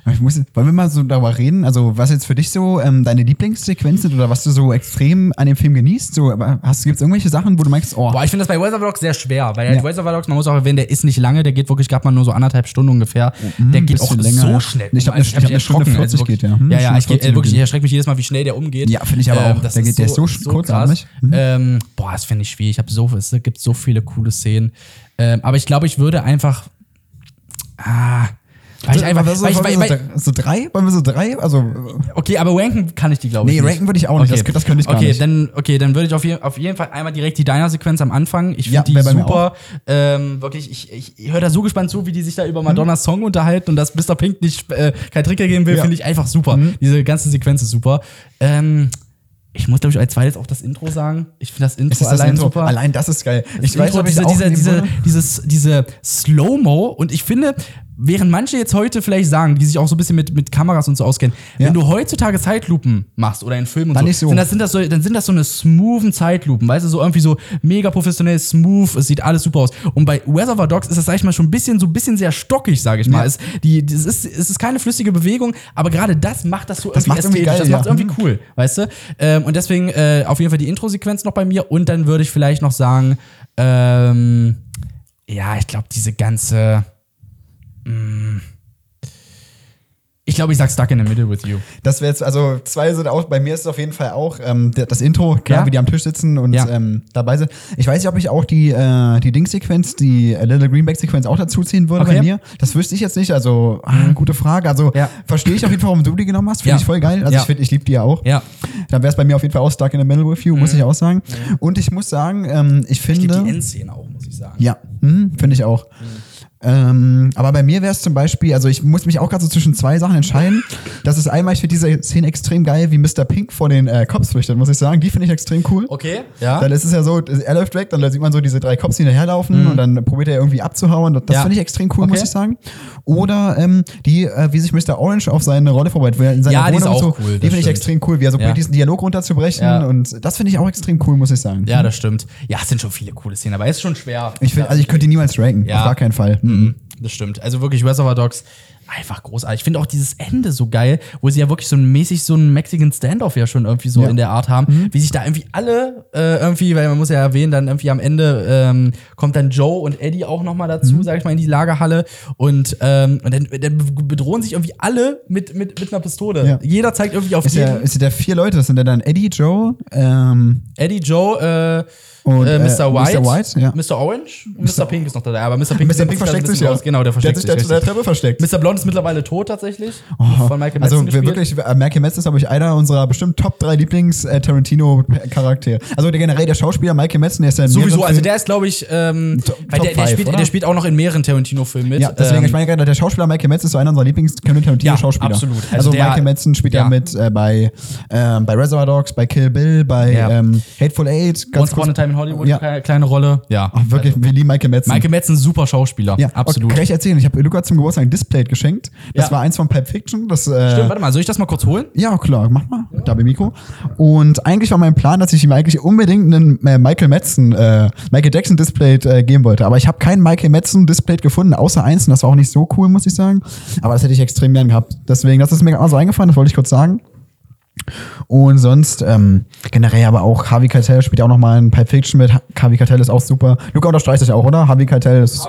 Aber Ich muss, wollen wir mal so darüber reden? Also, was jetzt für dich so ähm, deine Lieblingssequenzen sind oder was du so extrem an dem Film genießt? So, hast gibt es irgendwelche Sachen, wo du meinst, oh, Boah, ich finde das bei Reservoir Dogs sehr schwer, weil halt Ja. Reservoir Dogs, man muss auch erwähnen, der ist nicht lange, der geht wirklich gerade mal nur so anderthalb Stunden ungefähr. der geht auch Oh, bisschen länger, so ja. schnell. Ich glaub, eine- Also ich glaub, eine Stunde erschrocken, 40 wirklich- geht, ja. Hm, ja, ja, Stunde ich, geh- äh, 40 wirklich, ich geht. erschrecke mich jedes Mal, wie schnell der umgeht. Ähm, Ja, finde ich aber auch. das Der geht- der ist so kurzatmig. Mhm. krass. Ähm, boah, das finde ich schwierig. Ich habe so, es gibt so viele coole Szenen. Ähm, aber ich glaube, ich würde einfach, ah, weil ich einfach, was, weil ich, wollen weil, wir so, weil, dr- so drei? Wollen wir so drei? Also, äh, okay, aber ranken kann ich die, glaube ich. Nee, nicht. ranken würde ich auch nicht. Okay. Das, das könnte ich gar okay, nicht. Dann, okay, dann würde ich auf, je, auf jeden Fall einmal direkt die Diner-Sequenz am Anfang. Ich Ja, finde wär die bei mir super. Ähm, wirklich, ich, ich, ich höre da so gespannt zu, wie die sich da über Madonnas Song unterhalten und dass Mr. Pink nicht äh, kein Trick geben will, Ja. Mhm. finde ich einfach super. Diese ganze Sequenz ist super. Ähm, ich muss, glaube ich, als zweites auch das Intro sagen. Ich finde das Intro ist das allein Intro? super. Allein das ist geil. ich Intro, ob ich's diese, auch diese, nehmen diese, würde. dieses, diese Slow-Mo und ich finde, Während manche jetzt heute vielleicht sagen, die sich auch so ein bisschen mit, mit Kameras und so auskennen, Ja. wenn du heutzutage Zeitlupen machst oder einen Film und Dann so, nicht so. Sind das, sind das so, dann sind das so eine smoothen Zeitlupen, weißt du, so irgendwie so mega professionell, smooth, es sieht alles super aus. Und bei Weather Dogs ist das, sag ich mal, schon ein bisschen, so ein bisschen sehr stockig, sag ich mal. Es, die, das ist, es ist keine flüssige Bewegung, aber gerade das macht das so irgendwie macht's irgendwie ästhetisch, geil, das macht ja. Mhm. irgendwie cool, weißt du? Ähm, und deswegen äh, auf jeden Fall die Intro-Sequenz noch bei mir und dann würde ich vielleicht noch sagen, ähm, ja, ich glaube, diese ganze. mm, ich glaube, ich sag Stuck in the Middle with You. Das wäre jetzt, also zwei sind auch, bei mir ist es auf jeden Fall auch ähm, der- das Intro, klar, Ja. wie die am Tisch sitzen und Ja. ähm, dabei sind. Ich weiß nicht, ob ich auch die, äh, die Ding-Sequenz, die äh, Little Greenback-Sequenz auch dazu ziehen würde Okay. Mhm. bei mir. Das wüsste ich jetzt nicht, also ah, gute Frage. Also Ja. verstehe ich auf jeden Fall, warum du die genommen hast, finde Ja. ich voll geil. Also Ja. ich finde, ich liebe die ja auch. Ja. Mhm. Dann wäre es bei mir auf jeden Fall auch Stuck in the Middle with You, muss ich auch sagen. Und ich muss sagen, ähm, ich finde... Die Endszene auch, muss ich sagen. Ja, mhm, finde ich auch. Ähm, aber bei mir wäre es zum Beispiel, also ich muss mich auch gerade so zwischen zwei Sachen entscheiden. Das ist einmal, ich finde diese Szene extrem geil, wie Mr. Pink vor den äh, Cops flüchtet, muss ich sagen. Die finde ich extrem cool. Okay, ja. Dann ist es ja so, er läuft weg, dann sieht man so diese drei Cops, die hinterherlaufen und dann probiert er irgendwie abzuhauen. Das, das Mhm. Ja. finde ich extrem cool, muss Okay. ich sagen. Oder ähm, die, äh, wie sich Mr. Orange auf seine Rolle vorbereitet, in seiner Ja, die ist Wohnung und auch so, cool, das die finde ich stimmt. extrem cool, wie er so Ja. probiert, diesen Dialog runterzubrechen Ja. und das finde ich auch extrem cool, muss ich sagen. Ja, das stimmt. Ja, es sind schon viele coole Szenen, aber es ist schon schwer. Ich find, also ich könnte die niemals ranken, Ja. auf gar keinen Fall. Mhm, Das stimmt. Also wirklich Reservoir Dogs, einfach großartig. Ich finde auch dieses Ende so geil, wo sie ja wirklich so ein mäßig so einen Mexican Standoff ja schon irgendwie so in der Art haben, Mhm. wie sich da irgendwie alle äh, irgendwie, weil man muss ja erwähnen, dann irgendwie am Ende ähm, kommt dann Joe und Eddie auch nochmal dazu, Mhm. sag ich mal, in die Lagerhalle und, ähm, und dann, dann bedrohen sich irgendwie alle mit, mit, mit einer Pistole. Ja. Jeder zeigt irgendwie auf Ist jeden. ja, ist ja der vier Leute, das sind ja dann Eddie, Joe, ähm, Eddie, Joe, äh, Und, äh, äh, Mr. White, Mr. White, ja. Mr. Orange und Mr. Pink ist noch dabei. Aber Mr. Pink, Mr. Pink sieht gerade ein versteckt bisschen sich ja. aus. Genau, der versteckt sich. der hat sich da richtig. der Treppe versteckt. Mr. Blonde ist mittlerweile tot tatsächlich. Oh, Von Michael Madsen also wir gespielt. wirklich, äh, Michael Madsen ist, glaube ich, einer unserer bestimmt Top 3 Lieblings-Tarantino-Charaktere. Also der generell der Schauspieler Michael Madsen, der ist ja in Sowieso, mehreren also Filmen- der ist, glaube ich, ähm, Top- weil der, Top der, five, spielt, oder? der spielt auch noch in mehreren Tarantino-Filmen mit. Ja, deswegen, ähm, ich meine gerade, der Schauspieler Michael Madsen ist so einer unserer Lieblings-Tarantino-Schauspieler. Ja, absolut. Also Also, der- Michael Madsen spielt ja, ja. mit äh, bei, ähm, bei Reservoir Dogs, bei Kill Bill, bei Ja. ähm, Hateful Eight. Once Upon kurz- a Time in Hollywood, Ja. kleine, kleine Rolle. Ja. Ach, wirklich, wir lieben Michael Madsen. Michael Madsen, super Schauspieler. Ja, absolut. Kann ich erzählen, ich habe Luca zum Geburtstag ein Display geschenkt. Das Ja. war eins von Pulp Fiction. Das, äh, Stimmt, warte mal, soll ich das mal kurz holen? Ja, klar, mach mal. Double Mikro. Und eigentlich war mein Plan, dass ich ihm eigentlich unbedingt einen äh, Michael Madsen, äh, Michael Jackson Display äh, geben wollte. Aber ich habe kein Michael Madsen Display gefunden, außer eins. Und das war auch nicht so cool, muss ich sagen. Aber das hätte ich extrem gern gehabt. Deswegen, das ist mir gerade so eingefallen, das wollte ich kurz sagen. Und sonst ähm, generell aber auch Harvey Keitel spielt ja auch nochmal in Pulp Fiction mit. Harvey Keitel ist auch super. Luca unterstreicht das ja auch, oder? Harvey Keitel ist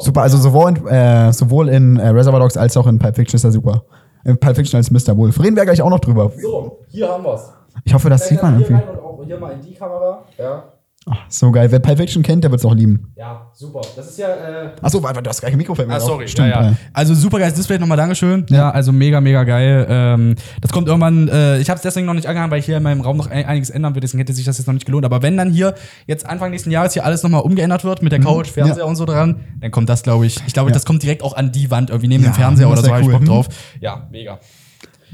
super. Also sowohl in, äh, sowohl in äh, Reservoir Dogs als auch in Pulp Fiction ist er super. In Pulp Fiction als Mr. Wolf. Reden wir gleich auch noch drüber. So, hier haben wir's. Ich hoffe, das sieht man irgendwie. und auch hier mal in die Kamera. Ja. Ach, so geil. Wer Pulp Fiction kennt, der wird es auch lieben. Ja, super. Das ist ja. äh, Achso, warte, du hast gleich ein Mikrofon. Ah, sorry. Stimmt, ja, ja. äh, Also super geiles Display, nochmal Dankeschön. Ja. also mega, mega geil. Ähm, das kommt irgendwann, äh, ich habe es deswegen noch nicht angehangen, weil ich hier in meinem Raum noch ein, einiges ändern wird, deswegen hätte sich das jetzt noch nicht gelohnt. Aber wenn dann hier jetzt Anfang nächsten Jahres hier alles nochmal umgeändert wird mit der Couch, Fernseher Mhm. Ja. und so dran, dann kommt das, glaube ich. Ich glaube, Ja. das kommt direkt auch an die Wand, irgendwie neben Ja, dem Fernseher das oder so, wär hab ich cool. Bock Mhm. drauf. Ja, mega.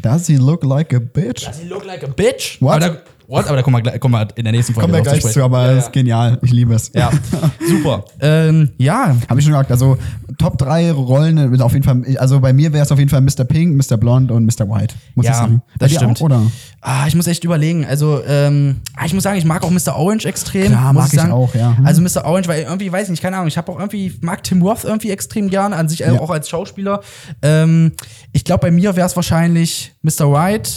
Does he look like a bitch? Does he look like a bitch? What? Aber da, what? Aber da kommen wir, gleich- kommen wir in der nächsten Folge Kommen wir drauf gleich zu, sprechen. aber ja, ist genial. Ich liebe es. ja. ja, super. Ähm, ja, Habe ich schon gesagt. Also Top 3 Rollen ist auf jeden Fall. Also bei mir wäre es auf jeden Fall Mr. Pink, Mr. Blonde und Mr. White. Muss ich sagen. Bei Das dir stimmt. Auch, oder? Ah, ich muss echt überlegen. Also, ähm, ah, ich muss sagen, ich mag auch Mr. Orange extrem. Klar, muss mag ich auch, ja. Hm. Also Mr. Orange, weil irgendwie, weiß ich nicht, keine Ahnung, ich habe auch irgendwie, mag Tim Roth irgendwie extrem gern, an sich äh, Ja. auch als Schauspieler. Ähm, ich glaube, bei mir wäre es wahrscheinlich Mr. White.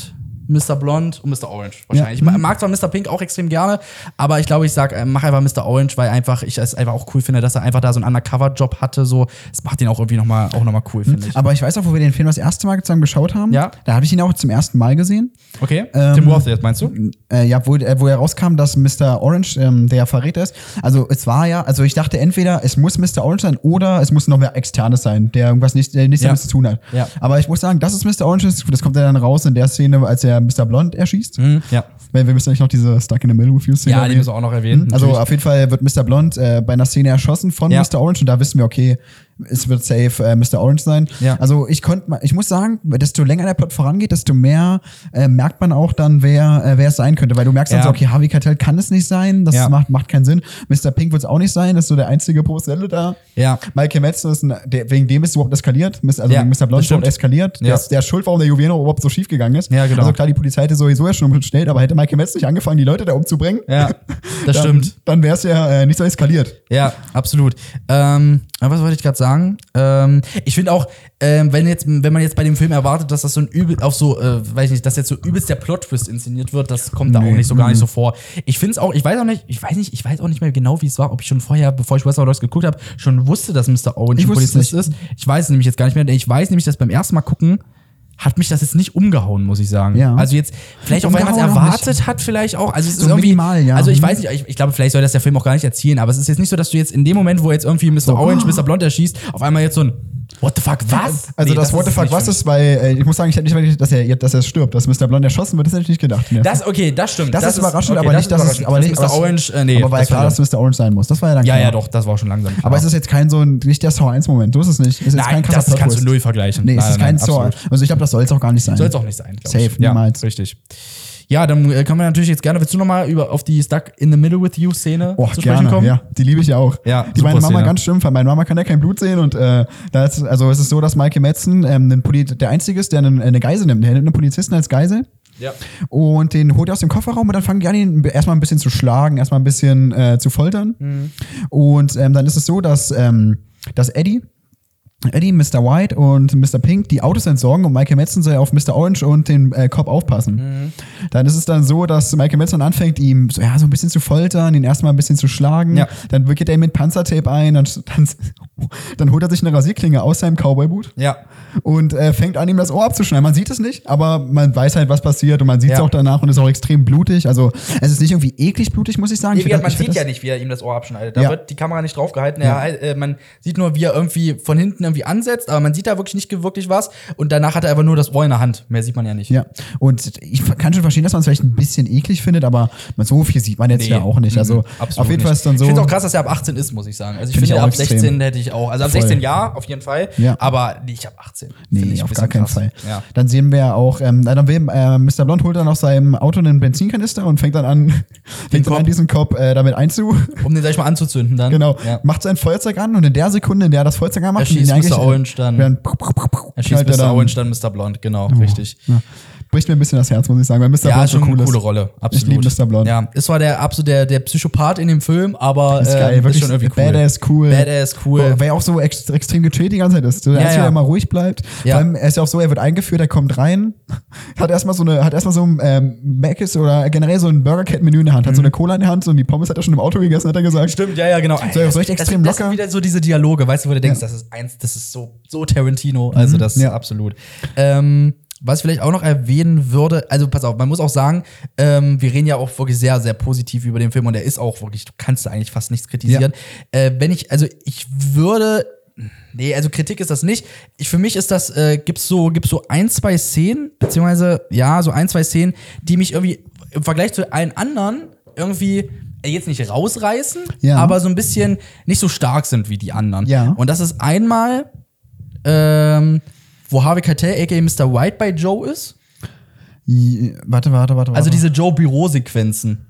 Mr. Blond und Mr. Orange wahrscheinlich. Ja. Mhm. Ich ma- mag zwar Mr. Pink auch extrem gerne, aber ich glaube, ich sag, äh, mach einfach Mr. Orange, weil einfach ich es einfach auch cool finde, dass er einfach da so einen Undercover-Job hatte. So, das macht ihn auch irgendwie nochmal noch mal cool, finde ich. Mhm. Aber ich weiß auch, wo wir den Film das erste Mal zusammen geschaut haben. Ja. Da habe ich ihn auch zum ersten Mal gesehen. Okay. Ähm, Tim Roth jetzt meinst du? Äh, ja, wo, äh, wo er rauskam, dass Mr. Orange ähm, der Verräter ist. Also es war ja, also ich dachte entweder es muss Mr. Orange sein oder es muss noch mehr Externes sein, der irgendwas nicht, der nichts Ja. damit zu tun hat. Ja. Aber ich muss sagen, das ist Mr. Orange, ist. das kommt ja dann raus in der Szene, als er Mr. Blond erschießt. Hm, ja. Weil wir müssen nicht noch diese Stuck in the Middle with You Szene Ja, die erwähnen. müssen wir auch noch erwähnen. Also natürlich. auf jeden Fall wird Mr. Blond äh, bei einer Szene erschossen von Ja. Mr. Orange und da wissen wir, okay, es wird safe äh, Mr. Orange sein. Ja. Also ich konnte, ich muss sagen, desto länger der Plot vorangeht, desto mehr äh, merkt man auch dann, wer, äh, wer es sein könnte, weil du merkst Ja. dann so, okay, Harvey Keitel kann es nicht sein, das Ja. macht, macht keinen Sinn. Mr. Pink wird es auch nicht sein, das ist so der einzige Postelle da. Ja. Michael Metzen ist ein, der, wegen dem ist es überhaupt eskaliert, Mr. also Ja, wegen Mr. das Blonde stimmt. überhaupt eskaliert. Ja. Der, ist, der ist schuld, warum der Juveno überhaupt so schief gegangen ist. Ja, genau. Also klar, die Polizei hätte sowieso ja schon umgestellt, aber hätte Michael Metzen nicht angefangen, die Leute da umzubringen, Ja, das dann, stimmt. Dann wäre es ja äh, nicht so eskaliert. Ja, absolut. Ähm, aber was wollte ich gerade sagen? Ähm, ich finde auch, ähm, wenn, jetzt, wenn man jetzt bei dem Film erwartet, dass das so ein übel, auf so, äh, weiß ich nicht, dass jetzt so übelst der Plot-Twist inszeniert wird, das kommt da auch nicht so gar Mhm. nicht so vor. Ich finde es auch, ich weiß auch nicht, ich weiß nicht, ich weiß auch nicht mehr genau, wie es war, ob ich schon vorher, bevor ich Westworld Dogs geguckt habe, schon wusste, dass Mr. Owen Ich schon wusste es Polizist ist. Ich weiß es nämlich jetzt gar nicht mehr. Ich weiß nämlich, dass beim ersten Mal gucken, hat mich das jetzt nicht umgehauen, muss ich sagen. Ja. Also jetzt, vielleicht auch, weil man es Umgehauen auch nicht. erwartet hat, vielleicht auch. Also es ist So irgendwie, minimal, ja. Also ich weiß nicht, ich, ich glaube, vielleicht soll das der Film auch gar nicht erzielen, aber es ist jetzt nicht so, dass du jetzt in dem Moment, wo jetzt irgendwie Mr. Orange, Mr. Blond erschießt, auf einmal jetzt so ein What the fuck, was? Also Nee, das, What the ist fuck, nicht was für mich. ist, weil äh, ich muss sagen, ich hätte nicht gedacht, dass er, dass er stirbt, dass Mr. Blond erschossen wird, das hätte ich nicht gedacht. Ja. Das, okay, das stimmt. Das, ist überraschend, okay, aber nicht, dass es, überraschend. aber Das nicht, Mr. Orange, äh, nee. aber war ja das klar, war- dass Mr. Orange sein muss. Das war ja dann ja, klar. ja, doch, das war schon langsam. Aber es ist jetzt kein so ein, nicht der Saw 1 Moment. So ist es nicht. Es ist Nein, kein krasser das kannst Plot-Twist. du null vergleichen. Nee, es Nein, ist nein, kein Saw. absolut. Also ich glaube, das soll es auch gar nicht sein. Soll es auch nicht sein, glaub Safe, ich. Ja, niemals. richtig. Ja, dann äh, können wir natürlich jetzt gerne, willst du nochmal über auf die Stuck in the Middle with You Szene Oh, zu sprechen gerne, kommen? ja. Die liebe ich ja auch. Ja, die meine super Mama Szene. ganz schlimm, weil meine Mama kann ja kein Blut sehen und äh, da ist, also es ist so, dass Michael Metzen ähm, den Poli der Einzige ist, der einen, äh, eine Geisel nimmt. Der nimmt einen Polizisten als Geisel Ja. und den holt er aus dem Kofferraum und dann fangen die an, ihn erstmal ein bisschen zu schlagen, erstmal ein bisschen äh, zu foltern. Und ähm, dann ist es so, dass, ähm, dass Eddie, Eddie, Mr. White und Mr. Pink die Autos entsorgen und Michael Metzen soll auf Mr. Orange und den äh, Cop aufpassen. Dann ist es dann so, dass Michael Metzen anfängt, ihm so, ja, so ein bisschen zu foltern, ihn erstmal ein bisschen zu schlagen. Ja. Dann geht er ihm mit Panzertape ein, dann, dann, dann holt er sich eine Rasierklinge aus seinem Cowboy-Boot Ja. und äh, fängt an, ihm das Ohr abzuschneiden. Man sieht es nicht, aber man weiß halt, was passiert und man sieht es Ja. auch danach und ist auch extrem blutig. Also es ist nicht irgendwie eklig blutig, muss ich sagen. Nee, Ich wie find das- gesagt, man ich find sieht ja das- nicht, wie er ihm das Ohr abschneidet. Da Ja. wird die Kamera nicht draufgehalten. Er, äh, man sieht nur, wie er irgendwie von hinten irgendwie ansetzt, aber man sieht da wirklich nicht ge- wirklich was. Und danach hat er einfach nur das Ohr in der Hand. Mehr sieht man ja nicht. Ja, und ich kann schon verstehen, dass man es vielleicht ein bisschen eklig findet, aber so viel sieht man jetzt ja auch nicht. Also Mhm. Absolut auf jeden Fall nicht. ist dann so. Ich finde auch krass, dass er ab 18 ist, muss ich sagen. Also ich Find ich finde, auch ab extrem. 16 hätte ich auch. Also ab Voll. 16 ja, auf jeden Fall. Ja. Aber nee, ich habe 18. Finde Nee, ich ein auf bisschen gar keinen krass. Fall. Ja. Dann sehen wir auch, ähm, na, dann will, äh, Mr. Blond holt dann aus seinem Auto einen Benzinkanister und fängt dann an, fängt dann Kopf. an diesen Kopf äh, damit einzu. Um den, sag ich mal, anzuzünden dann. Genau. Ja. Macht sein Feuerzeug an und in der Sekunde, in der er das Feuerzeug anmacht, Erschießt und ihn Mr. Orange dann. Er schießt knallt er Mr. halt dann- Oh. Orange, dann Mr. Blond. Genau, richtig. Ja. Bricht mir ein bisschen das Herz, muss ich sagen, weil Mr. Ja, Blond so schon cool eine ist. coole Rolle. Absolut. liebe Mr. Blond. Ja, es war der absolut der, der Psychopath in dem Film, aber Ist geil, ähm, wirklich ist schon irgendwie cool. badass cool. Badass cool. Weil er auch so ex extrem gechillt die ganze Zeit ist. So, Ja, als ja. er mal ruhig bleibt. Ja. Vor allem, er ist ja auch so, er wird eingeführt, er kommt rein, hat erstmal so eine, hat erstmal so ein ähm, Mc's oder generell so ein Burger Cat Menü in der Hand, hat so eine Cola in der Hand und die Pommes hat er schon im Auto gegessen, hat er gesagt. Mhm. Stimmt, ja, ja, genau. So, das, so echt extrem das, das locker. sind wieder so diese Dialoge, weißt du, wo du denkst, das ist eins, das ist so, so Tarantino. Also das ist Mhm. ja. absolut. Ähm, was ich vielleicht auch noch erwähnen würde, also pass auf, man muss auch sagen, ähm, wir reden ja auch wirklich sehr, sehr positiv über den Film und der ist auch wirklich, du kannst da eigentlich fast nichts kritisieren. Äh, wenn ich, also ich würde Nee, also Kritik ist das nicht. Ich, für mich ist das, äh, gibt's so, gibt's so ein, zwei Szenen, beziehungsweise, ja, so ein, zwei Szenen, die mich irgendwie im Vergleich zu allen anderen irgendwie äh, jetzt nicht rausreißen, Ja. aber so ein bisschen nicht so stark sind wie die anderen. Ja. Und das ist einmal, ähm, wo Harvey Keitel, aka Mr. White bei Joe ist. I- Warte, warte, warte. Also warte. diese Joe-Büro-Sequenzen.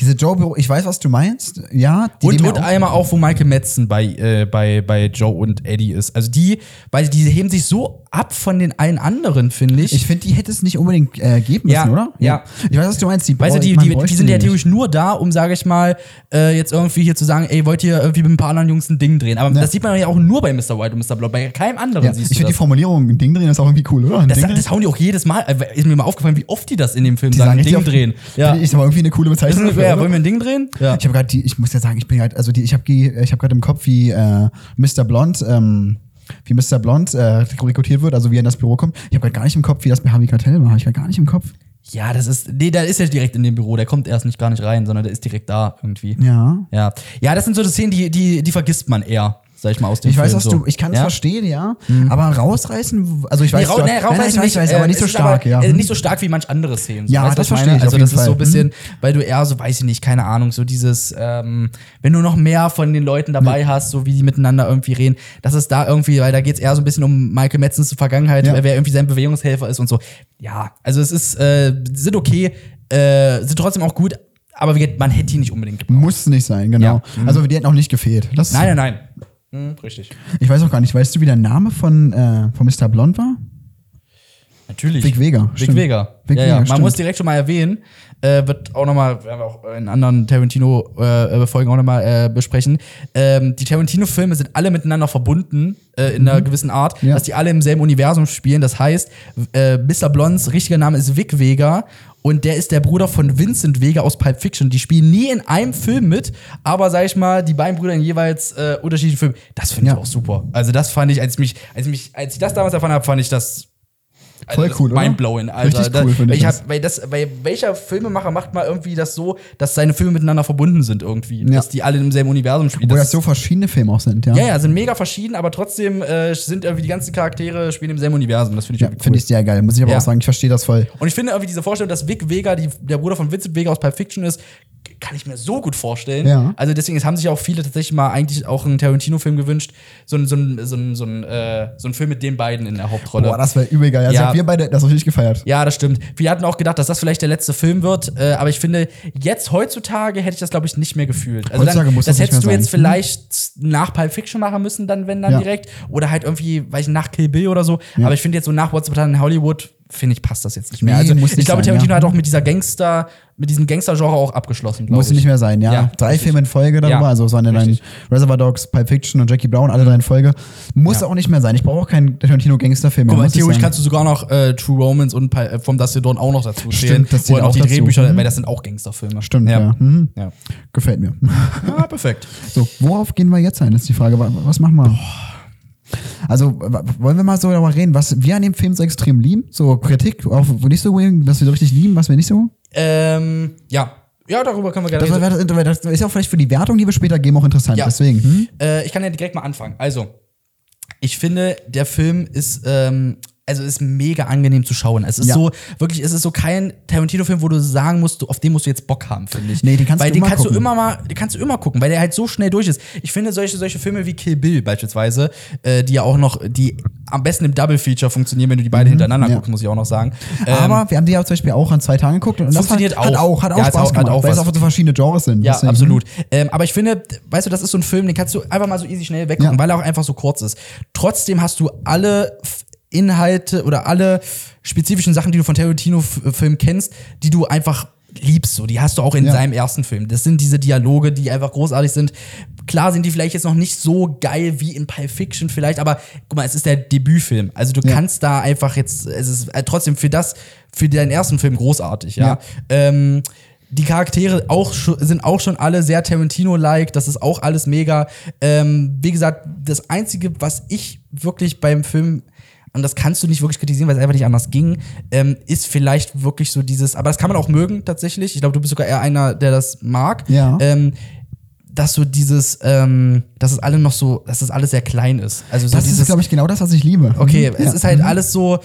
diese Joe Büro, ich weiß, was du meinst. Ja, die Und, nehmen ja und auch- einmal auch, wo Michael Metzen bei, äh, bei, bei Joe und Eddie ist. Also die, weil die heben sich so ab von den allen anderen, finde ich. ich finde, die hätte es nicht unbedingt äh, geben müssen, Ja, oder? ja. Ich weiß, was du meinst. Die Weißt du, brau- die, man die, die bräuchte sind ja nicht. theoretisch nur da, um, sage ich mal, äh, jetzt irgendwie hier zu sagen, ey, wollt ihr irgendwie mit ein paar anderen Jungs ein Ding drehen? Aber das sieht man ja auch nur bei Mr. White und Mr. Blood, bei keinem anderen Ja, siehst ich du finde die das. Formulierung, ein Ding drehen, ist auch irgendwie cool, oder? Ein Das, Ding drehen? das hauen die auch jedes Mal, äh, ist mir mal aufgefallen, wie oft die das in dem Film Die sagen, richtig Ding oft- drehen. Ja. Finde ich aber irgendwie eine coole Bezeichnung. Ist- dafür, ja, oder? wollen wir ein Ding drehen? Ja. Ich habe gerade die, ich muss ja sagen, ich bin halt, also die, ich habe ich hab gerade im Kopf, wie äh, Mr. Blond, ähm, wie Mr. Blond äh, rekrutiert wird, also wie er in das Büro kommt. Ich habe gerade gar nicht im Kopf, wie das bei Harvey Cartell war. Hab Ich gerade gar nicht im Kopf. Ja, das ist. Nee, der ist ja direkt in dem Büro. Der kommt erst nicht gar nicht rein, sondern der ist direkt da irgendwie. Ja. Ja, ja das sind so die Szenen, die, die, die vergisst man eher. sag ich mal, aus dem Ich Film. weiß, was so. Mhm. du, ich kann es verstehen, ja, aber rausreißen, also ich Nee, weiß, rau, du- nee, raufreißen nein, ich nicht, weiß, ich weiß, aber äh, nicht so es ist aber, stark, ja. Hm. Mhm. äh, Nicht so stark wie manch andere Szenen. Ja, weißt, du, was das ich meine? verstehe ich Also auf das jeden ist so Fall. ein Hm. bisschen, weil du eher so, weiß ich nicht, keine Ahnung, so dieses, ähm, wenn du noch mehr von den Leuten dabei hast, so wie die miteinander irgendwie reden, das ist da irgendwie, weil da geht es eher so ein bisschen um Michael Metzens Vergangenheit, Ja. wer irgendwie sein Bewegungshelfer ist und so. Ja, also es ist, äh, sind okay, äh, sind trotzdem auch gut, aber wie gesagt, man hätte die nicht unbedingt gebraucht. Muss nicht sein, genau. Also die hätten auch nicht gefehlt. Das, Nein, nein, nein. Hm, richtig. Ich weiß auch gar nicht, weißt du, wie der Name von, äh, von Mr. Blond war? Natürlich. Vic Vega, Vic stimmt. Vega. Vic Vega, ja, ja. Man stimmt. muss direkt schon mal erwähnen, äh, wird auch nochmal, werden wir auch in anderen Tarantino-Folgen auch nochmal äh, besprechen. Ähm, die Tarantino-Filme sind alle miteinander verbunden, äh, in einer gewissen Art, Mhm. Ja. dass die alle im selben Universum spielen. Das heißt, äh, Mr. Blondes richtiger Name ist Vic Vega. Und der ist der Bruder von Vincent Vega aus Pulp Fiction. Die spielen nie in einem Film mit, aber sag ich mal, die beiden Brüder in jeweils äh, unterschiedlichen Filmen. Das finde ich Ja. auch super. Also das fand ich, als mich, als mich, als ich das damals erfahren habe, fand ich das Voll cool, oder? Also Mindblowing, Alter. Richtig cool, Da- finde ich ich hab, das. weil das. Weil welcher Filmemacher macht mal irgendwie das so, dass seine Filme miteinander verbunden sind irgendwie? Ja. Dass die alle im selben Universum spielen. Wo Das das so verschiedene Filme auch sind, ja. ja, ja, sind mega verschieden, aber trotzdem äh, sind irgendwie die ganzen Charaktere spielen im selben Universum. Das finde ich Ja, irgendwie cool. Finde ich sehr geil, muss ich aber Ja. auch sagen, ich verstehe das voll. Und ich finde irgendwie diese Vorstellung, dass Vic Vega die, der Bruder von Vincent Vega aus Pulp Fiction ist, k- kann ich mir so gut vorstellen. Ja. Also deswegen es haben sich auch viele tatsächlich mal eigentlich auch einen Tarantino-Film gewünscht. So ein, so ein, so ein, so ein, äh, so ein Film mit den beiden in der Hauptrolle. Boah, das wäre übel geil. Also Ja. hab wir beide das richtig gefeiert. Ja, das stimmt. Wir hatten auch gedacht, dass das vielleicht der letzte Film wird, äh, aber ich finde, jetzt heutzutage hätte ich das, glaube ich, nicht mehr gefühlt. Also Heutzutage dann, muss das, das nicht hättest du mehr jetzt sein. Mhm. vielleicht nach Pulp Fiction machen müssen, dann, wenn dann Ja. direkt. Oder halt irgendwie, weiß ich, nach Kill Bill oder so. Aber ich finde jetzt so nach What's Up in Hollywood, finde ich, passt das jetzt nicht mehr. Nee, also muss ich nicht glaube, sein, Tarantino ja. hat auch mit dieser Gangster, mit diesem Gangster-Genre auch abgeschlossen, glaube Muss ich. nicht mehr sein, ja. Ja, drei richtig. Filme in Folge darüber, Ja, also es waren ja dann richtig. Reservoir Dogs, Pulp Fiction und Jackie Brown, alle drei in Folge. Muss auch nicht mehr sein. Ich brauche auch keinen Tarantino-Gangster-Film. Guck mehr, mal, muss ich theoretisch sagen. kannst du sogar noch äh, True Romance und Pul- äh, vom Dusty Dawn auch noch dazu zählen. das zählt Oder noch auch die dazu. Drehbücher, Mhm. weil das sind auch Gangsterfilme. Stimmt, ja. Ja, Mhm. ja. Gefällt mir. ja perfekt. So, worauf gehen wir jetzt ein? Das ist die Frage. Wa- Was machen wir? Also, wa- wollen wir mal so darüber reden, was wir an dem Film so extrem lieben? So Kritik, auf, wo nicht so, was wir so richtig lieben, was wir nicht so. Ähm, ja. Ja, darüber können wir gerne Das, reden. das, das ist ja auch vielleicht für die Wertung, die wir später geben, auch interessant. Also- Ja. Deswegen. Hm? Äh, ich kann ja direkt mal anfangen. Also, ich finde, der Film ist. Ähm also ist mega angenehm zu schauen. Es ist Ja. so, wirklich, es ist so kein Tarantino-Film, wo du sagen musst, du, auf den musst du jetzt Bock haben, finde ich. Nee, den kannst weil du den immer kannst du gucken. immer mal, den kannst du immer gucken, weil der halt so schnell durch ist. Ich finde solche, solche Filme wie Kill Bill beispielsweise, äh, die ja auch noch, die am besten im Double-Feature funktionieren, wenn du die beide hintereinander Mhm. ja. guckst, muss ich auch noch sagen. Aber wir haben die ja zum Beispiel auch an zwei Tagen geguckt. Und das Ähm, Funktioniert hat, Hat auch. auch, hat auch Ja, hat auch- Spaß hat gemacht, auch weil es was. auch so verschiedene Genres sind. Ja, deswegen. hm? absolut. Ähm, aber ich finde, weißt du, das ist so ein Film, den kannst du einfach mal so easy schnell weggucken, Ja. weil er auch einfach so kurz ist. Trotzdem hast du alle F- Inhalte oder alle spezifischen Sachen, die du von Tarantino-Filmen kennst, die du einfach liebst. So, die hast du auch in Ja. seinem ersten Film. Das sind diese Dialoge, die einfach großartig sind. Klar sind die vielleicht jetzt noch nicht so geil wie in Pulp Fiction vielleicht, aber guck mal, es ist der Debütfilm. Also du Ja. kannst da einfach jetzt, es ist äh, trotzdem für das, für deinen ersten Film großartig, ja. Ja. Ähm, die Charaktere auch scho- sind auch schon alle sehr Tarantino-like. Das ist auch alles mega. Ähm, wie gesagt, das Einzige, was ich wirklich beim Film, und das kannst du nicht wirklich kritisieren, weil es einfach nicht anders ging, ähm, ist vielleicht wirklich so dieses, aber das kann man auch mögen tatsächlich. Ich glaube, du bist sogar eher einer, der das mag. Ja. Ähm, dass so dieses, ähm, dass es alle noch so, dass es alles sehr klein ist. Also so Das ist, dieses, glaube ich, genau das, was ich liebe. Okay, Mhm. es Ja. ist halt alles so,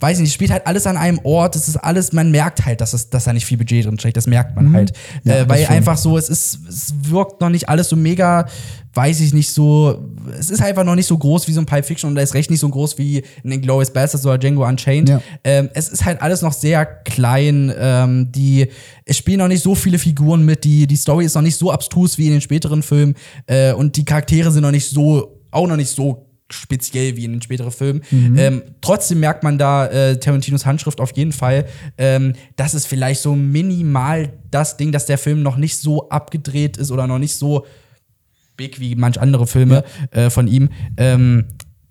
weiß ich nicht, spielt halt alles an einem Ort. Es ist alles, man merkt halt, dass, es, dass da nicht viel Budget drin steckt. Das merkt man halt. Mhm. Ja, äh, das weil schon. einfach so, es ist, es wirkt noch nicht alles so mega, weiß ich nicht, so, es ist einfach noch nicht so groß wie so ein Pulp Fiction und da ist recht nicht so groß wie ein Glorious Bastards oder Django Unchained. Ja. Ähm, es ist halt alles noch sehr klein. Ähm, die, es spielen noch nicht so viele Figuren mit. Die, die Story ist noch nicht so abstrus wie in den späteren Filmen. Äh, und die Charaktere sind noch nicht so, auch noch nicht so speziell wie in den späteren Filmen. Ähm, trotzdem merkt man da äh, Tarantinos Handschrift auf jeden Fall. Ähm, das ist vielleicht so minimal das Ding, dass der Film noch nicht so abgedreht ist oder noch nicht so big wie manch andere Filme äh, von ihm. äh, Ähm,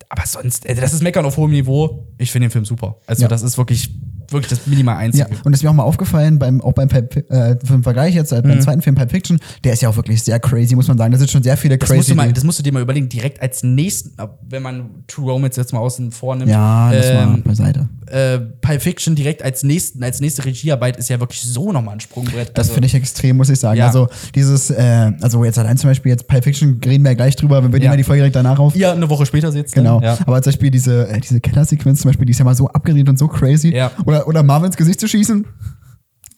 aber sonst, also das ist Meckern auf hohem Niveau. Ich finde den Film super. Also, Ja. das ist wirklich wirklich das minimal Ja, einzige. und das ist mir auch mal aufgefallen, beim, auch beim Pulp, äh, im Vergleich jetzt, äh, Hm. beim zweiten Film Pulp Fiction, der ist ja auch wirklich sehr crazy, muss man sagen. Da sind schon sehr viele Das, musst crazy. du mal, das musst du dir mal überlegen, direkt als nächsten, ab- wenn man True Romance jetzt mal außen vor nimmt. ja, das war ähm, beiseite. äh, Pulp Fiction direkt als nächsten, als nächste Regiearbeit ist ja wirklich so nochmal ein Sprungbrett. Also, Das finde ich extrem, muss ich sagen. Ja. Also dieses, äh, also jetzt allein zum Beispiel jetzt Pulp Fiction reden wir ja gleich drüber, wir würden Ja. immer die Folge direkt danach auf. Ja, eine Woche später sitzt ne? Genau. Ja. Aber zum Beispiel diese, äh, diese Kellersequenz zum Beispiel, die ist ja mal so abgedreht und so crazy. Ja. Oder, oder Marvin ins Gesicht zu schießen,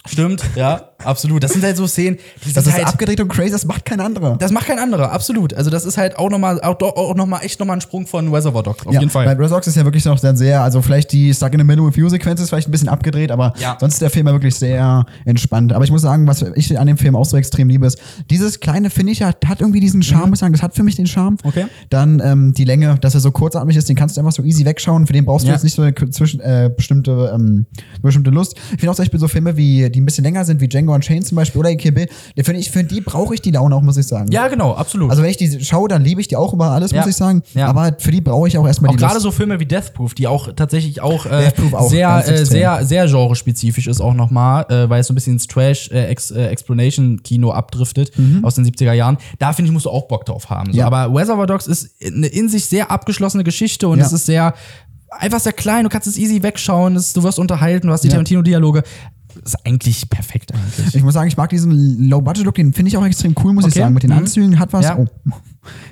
Stimmt, ja, absolut. Das sind halt so Szenen, die das sind ist halt, abgedreht und crazy, das macht kein anderer. Das macht kein anderer, absolut. Also das ist halt auch nochmal, auch, do- auch noch mal echt nochmal ein Sprung von Reservoir Dogs, auf ja, jeden Bei Fall. Resox ist ja wirklich noch sehr, sehr, also vielleicht die Stuck in the Middle with You-Sequenz ist vielleicht ein bisschen abgedreht, aber Ja. sonst ist der Film ja wirklich sehr entspannt. Aber ich muss sagen, was ich an dem Film auch so extrem liebe, ist, dieses kleine Finish hat, hat irgendwie diesen Charme, muss ich sagen, das hat für mich den Charme. Mhm. Okay. Dann ähm, die Länge, dass er so kurzatmig ist, den kannst du einfach so easy wegschauen, für den brauchst du Ja. jetzt nicht so eine k- zwischen, äh, bestimmte, ähm, bestimmte Lust. Ich finde auch zum Beispiel so Filme, wie, die ein bisschen länger sind, wie Django Unchained zum Beispiel oder Kill Bill, die finde ich, für die brauche ich die Laune auch, muss ich sagen. Ja, genau, absolut. Also wenn ich die schaue, dann liebe ich die auch über alles, Ja. muss ich sagen. Ja. Aber halt für die brauche ich auch erstmal auch die gerade Lust. so Filme wie Death Proof, die auch tatsächlich auch, äh, Death Proof auch, sehr, ganz äh, extrem. sehr, sehr genrespezifisch ist auch nochmal, äh, weil es so ein bisschen ins Trash äh, Ex, äh, Explanation Kino abdriftet aus den 70er Jahren. Da finde ich, musst du auch Bock drauf haben. So. Mhm. Ja. Aber Reservoir Dogs ist eine in sich sehr abgeschlossene Geschichte und Ja. es ist sehr, einfach sehr klein, du kannst es easy wegschauen, es, du wirst unterhalten, du hast die Ja. Tarantino-Dialoge. Ist eigentlich perfekt eigentlich. Ich muss sagen, ich mag diesen Low-Budget-Look, den finde ich auch extrem cool, muss Okay. ich sagen. Mit den Mhm. Anzügen hat was. Ja. Oh.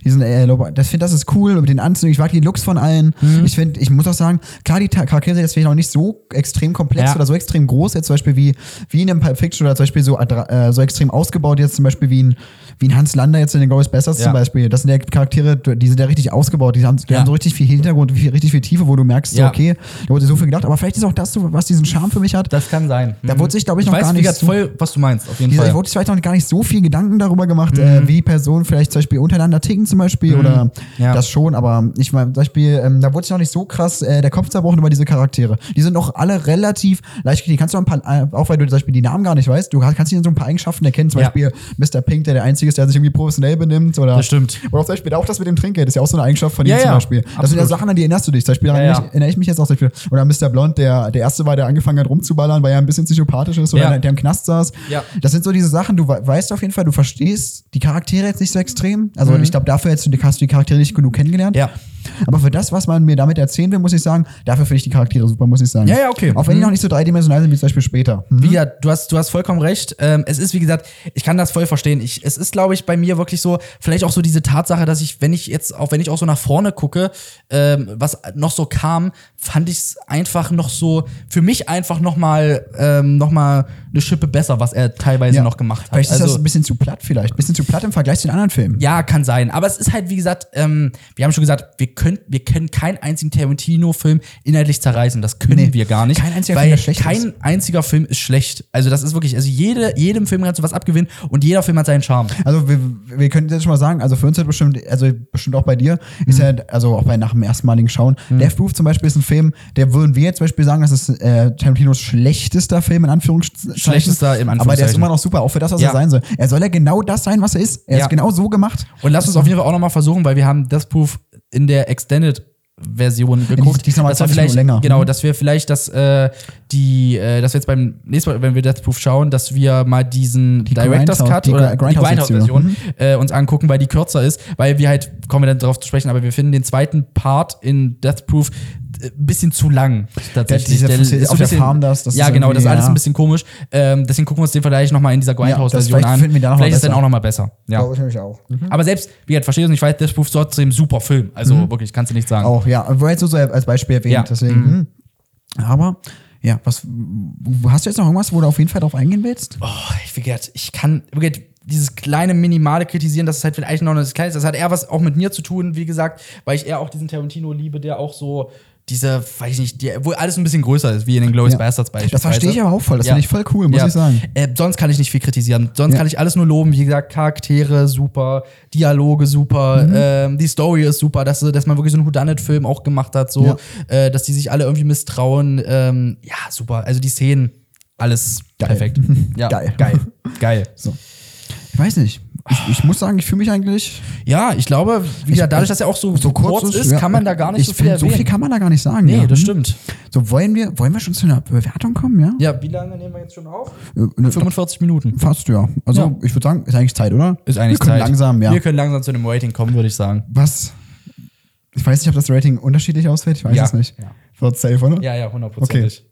Diesen, äh, Low das finde das ist cool. Mit den Anzügen, ich mag die Looks von allen. Mhm. Ich finde, ich muss auch sagen, klar, die Ta- Charaktere sind jetzt vielleicht auch nicht so extrem komplex Ja. oder so extrem groß, jetzt zum Beispiel wie, wie in einem Pulp Fiction oder zum Beispiel so, adra- äh, so extrem ausgebaut, jetzt zum Beispiel wie ein, wie ein Hans Lander jetzt in den Glorious Bastards Ja. zum Beispiel. Das sind ja Charaktere, die sind ja richtig ausgebaut. Die haben, die Ja. haben so richtig viel Hintergrund, viel, richtig viel Tiefe, wo du merkst, Ja. so, okay, da wurde so viel gedacht. Aber vielleicht ist auch das so, was diesen Charme für mich hat. Das kann sein. Da wurde sich, glaube ich, noch Mhm. weiß, gar wie nicht gesagt, so- voll, was du meinst, auf jeden wie gesagt, Fall. Mhm. ich wurde vielleicht noch gar nicht so viel Gedanken darüber gemacht, äh, wie die Personen vielleicht zum Beispiel untereinander ticken zum Beispiel oder Ja. das schon, aber ich meine, zum Beispiel, ähm, da wurde sich noch nicht so krass äh, der Kopf zerbrochen über diese Charaktere. Die sind auch alle relativ leicht, die kannst du auch ein paar, äh, auch weil du zum Beispiel die Namen gar nicht weißt, du kannst ihnen so ein paar Eigenschaften erkennen, zum Ja. Beispiel Mr. Pink, der der Einzige ist, der sich irgendwie professionell benimmt oder Das stimmt. Oder auch zum Beispiel auch das mit dem Trinkgeld, ist ja auch so eine Eigenschaft von Ja, ihm zum ja, Beispiel. Das sind ja absolut. Sachen, an die erinnerst du dich, zum Beispiel daran Ja, erinnere ja. ich- erinnere ich mich jetzt auch zum Beispiel. Oder Mr. Blond, der der Erste war, der angefangen hat rumzuballern, weil er ein bisschen psychopathisch ist oder Ja. der- der im Knast saß. Ja. Das sind so diese Sachen, du we- weißt auf jeden Fall, du verstehst die Charaktere jetzt nicht so extrem. Also ich glaube, dafür hättest du die, hast du die Charaktere nicht genug kennengelernt. Mhm. Ja. Aber für das, was man mir damit erzählen will, muss ich sagen, dafür finde ich die Charaktere super, muss ich sagen. Ja, ja, okay. Mhm. Auch wenn die noch nicht so dreidimensional sind, wie zum Beispiel später. Hm. Wie gesagt, du hast, du hast vollkommen recht. Ähm, es ist, wie gesagt, ich kann das voll verstehen. Ich, es ist, glaube ich, bei mir wirklich so, vielleicht auch so diese Tatsache, dass ich, wenn ich jetzt, auch wenn ich auch so nach vorne gucke, ähm, was noch so kam, fand ich es einfach noch so, für mich einfach nochmal ähm, noch mal eine Schippe besser, was er teilweise Ja. noch gemacht hat. Also Vielleicht ist das ein bisschen zu platt, vielleicht. Ein bisschen zu platt im Vergleich zu den anderen Filmen. Ja, kann sein. Aber es ist halt, wie gesagt, ähm, wir haben schon gesagt, wir können, wir können keinen einzigen Tarantino-Film inhaltlich zerreißen. Das können Nee, wir gar nicht. kein einziger weil Film, der schlecht Kein ist. einziger Film ist schlecht. Also das ist wirklich, also jede, jedem Film kannst du was abgewinnen und jeder Film hat seinen Charme. Also wir, wir können jetzt schon mal sagen, also für uns hat bestimmt, also bestimmt auch bei dir, Mhm. ist ja, also auch bei nach dem erstmaligen Schauen, Death Proof zum Beispiel ist ein Film, der würden wir jetzt zum Beispiel sagen, das ist äh, Tarantinos schlechtester Film in Anführungszeichen. Schlechtester im Aber der ist Anführungszeichen. immer noch super, auch für das, was Ja. er sein soll. Er soll ja genau das sein, was er ist. Er Ja. ist genau so gemacht. Und lass uns auf jeden Fall auch nochmal versuchen, weil wir haben das Proof in der Extended Version geguckt. die ist noch mal dass wir 20 vielleicht, Minuten länger. Genau, Mhm. dass wir vielleicht das, äh, die, äh, dass wir jetzt beim nächsten Mal, wenn wir Death Proof schauen, dass wir mal diesen Director's Grindhouse- Cut die Gr- oder Grindhouse-Version. Mhm. Grindhouse-Version äh, uns angucken, weil die kürzer ist, weil wir halt, kommen wir dann drauf zu sprechen, aber wir finden den zweiten Part in Death Proof äh, ein bisschen zu lang tatsächlich. Der- dieser Fuß- auch der Farm das, das ja, ist genau, das ist irgendwie, alles ja. ein bisschen komisch. Ähm, deswegen gucken wir uns den vielleicht nochmal in dieser Grindhouse-Version vielleicht an. finden wir da noch mal vielleicht ist dann besser. auch nochmal besser. Ja. ich nämlich auch. Aber selbst, wie gesagt, verstehe ich nicht, ich weiß, Death Proof ist trotzdem super Film. Also wirklich, kannst du nicht sagen. Auch, ja. War jetzt so so als Beispiel erwähnt, Ja. deswegen. Mhm. Aber, ja, was, hast du jetzt noch irgendwas, wo du auf jeden Fall drauf eingehen willst? Oh, ich, wie gesagt, ich kann, wie gesagt, dieses kleine Minimale kritisieren, das ist halt vielleicht noch das Kleines. Das hat eher was auch mit mir zu tun, wie gesagt, weil ich eher auch diesen Tarantino liebe, der auch so diese, weiß ich nicht, der, wo alles ein bisschen größer ist, wie in den Glorious Ja. Das Bastards beispielsweise. verstehe ich aber auch voll. Das finde ich voll cool, muss Ja. ich sagen. Äh, sonst kann ich nicht viel kritisieren. Sonst Ja. kann ich alles nur loben. Wie gesagt, Charaktere super, Dialoge super, Mhm. ähm, die Story ist super, dass, dass man wirklich so einen Houdanet-Film auch gemacht hat, so, äh, dass die sich alle irgendwie misstrauen. Ähm, ja, super. Also die Szenen, alles Geil. perfekt. Ja, Geil. Geil. Geil. Ich weiß nicht. Ich, ich muss sagen, ich fühle mich eigentlich Ja, ich äh, glaube, wie gesagt, dadurch, dass er auch so, so kurz, ist, ja. kann man da gar nicht ich so viel find, erwähnen. So viel kann man da gar nicht sagen. nee, ja. das stimmt. So, wollen wir, wollen wir schon zu einer Bewertung kommen, ja? Ja, wie lange nehmen wir jetzt schon auf? Äh, ne, 45 Minuten. Fast, ja. Also, Ja. ich würde sagen, ist eigentlich Zeit, oder? Ist eigentlich wir können Zeit. langsam, ja. Wir können langsam zu einem Rating kommen, würde ich sagen. Was? Ich weiß nicht, ob das Rating unterschiedlich ausfällt. Ich weiß Ja. es nicht. Ja. Wird safe, oder? Ja, ja, hundertprozentig.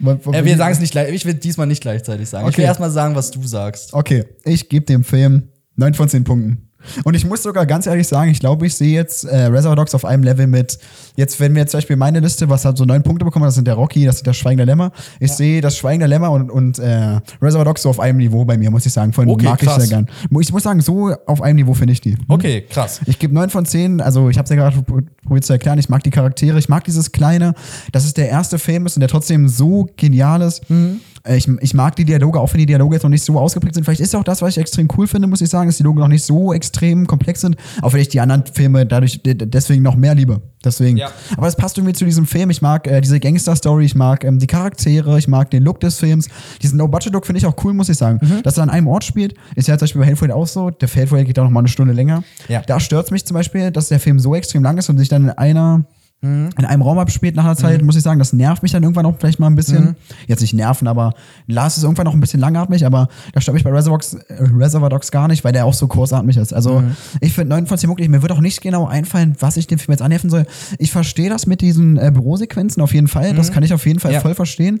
Wollen- wollen Äh, wir sagen es nicht gleich. Ich will diesmal nicht gleichzeitig sagen. Ich Okay. will erstmal sagen, was du sagst. Okay, ich gebe dem Film 9 von 10 Punkten. Und ich muss sogar ganz ehrlich sagen, ich glaube, ich sehe jetzt äh, Reservoir Dogs auf einem Level mit, jetzt wenn wir jetzt zum Beispiel meine Liste, was hat so neun Punkte bekommen, das sind der Rocky, das sind das Schweigen der Lämmer. Ich sehe das Schweigen der Lämmer und, und äh, Reservoir Dogs so auf einem Niveau bei mir, muss ich sagen. Von Okay, mag ich krass. sehr gern. Mu- Ich muss sagen, so auf einem Niveau finde ich die. Mhm. Okay, krass. Ich gebe 9 von 10, also ich habe es ja gerade pro- probiert zu erklären, ich mag die Charaktere, ich mag dieses Kleine, dass es der erste Film ist und der trotzdem so genial ist. Mhm. Äh, Ich, ich mag die Dialoge, auch wenn die Dialoge jetzt noch nicht so ausgeprägt sind. Vielleicht ist auch das, was ich extrem cool finde, muss ich sagen, dass die Dialoge noch nicht so extrem komplex sind, auch wenn ich die anderen Filme dadurch d- d- deswegen noch mehr liebe. Deswegen. Ja. Aber das passt irgendwie zu diesem Film. Ich mag äh, diese Gangster-Story, ich mag ähm, die Charaktere, ich mag den Look des Films. Diesen No-Budget-Look finde ich auch cool, muss ich sagen. Mhm. Dass er an einem Ort spielt, ist ja zum Beispiel bei Hellfeld auch so. Der Hellfeld geht auch noch mal eine Stunde länger. Ja. Da stört es mich zum Beispiel, dass der Film so extrem lang ist und sich dann in einer Mhm. in einem Raum abspielt nach einer Zeit, muss ich sagen, das nervt mich dann irgendwann auch vielleicht mal ein bisschen. Mhm. Jetzt nicht nerven, aber Lars ist irgendwann noch ein bisschen langatmig, aber das stört mich bei Reservoir Dogs, äh, Reservoir Dogs gar nicht, weil der auch so kurzatmig ist. Also Mhm. ich finde 9 von 10 wirklich, mir wird auch nicht genau einfallen, was ich dem Film jetzt anhelfen soll. Ich verstehe das mit diesen äh, Bürosequenzen auf jeden Fall, das kann ich auf jeden Fall Mhm. Ja. voll verstehen,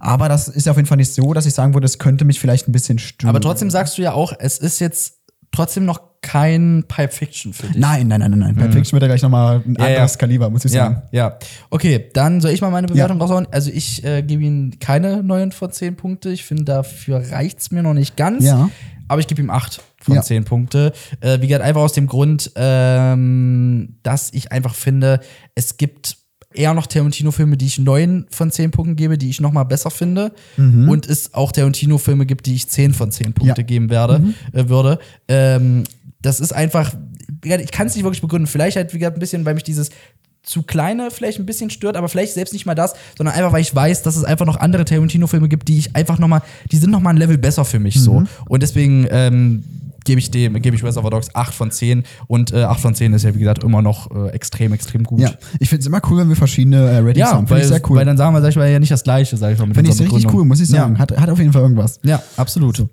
aber das ist auf jeden Fall nicht so, dass ich sagen würde, es könnte mich vielleicht ein bisschen stören. Aber trotzdem sagst du ja auch, es ist jetzt trotzdem noch kein Pipe Fiction für dich. Nein, nein, nein, nein, nein. Bei Fiction wird er gleich nochmal ein Mhm. Ja, ja. anderes Kaliber, muss ich sagen. Ja, ja. Okay, dann soll ich mal meine Bewertung raushauen. Also ich äh, gebe ihm keine 9 von 10 Punkte. Ich finde, dafür reicht's mir noch nicht ganz. Ja. Aber ich gebe ihm 8 von Ja. 10 Punkte. Äh, wie gesagt, einfach aus dem Grund, ähm, dass ich einfach finde, es gibt eher noch Tarantino-Filme, die ich 9 von 10 Punkten gebe, die ich noch mal besser finde. Und es auch Tarantino-Filme gibt, die ich 10 von 10 Punkte Mhm. Ja. Mhm. geben werde, äh, würde. Ähm, das ist einfach, wie gesagt, ich kann es nicht wirklich begründen. Vielleicht halt, wie gesagt, ein bisschen, weil mich dieses zu kleine vielleicht ein bisschen stört, aber vielleicht selbst nicht mal das, sondern einfach, weil ich weiß, dass es einfach noch andere Tarantino-Filme gibt, die ich einfach noch mal, die sind noch mal ein Level besser für mich so. Mhm. Und deswegen ähm, gebe ich dem, gebe ich Reservoir Dogs 8 von 10 und äh, 8 von 10 ist ja, wie gesagt, immer noch äh, extrem, extrem gut. Ja, ich finde es immer cool, wenn wir verschiedene äh, Ratings haben. Ja, Finde weil, ich sehr cool. weil dann sagen wir, sag ich mal, ja nicht das Gleiche, sag ich mal. mit Finde ich unserer richtig Begründung. cool, muss ich sagen. Ja, Hat, hat auf jeden Fall irgendwas. ja absolut.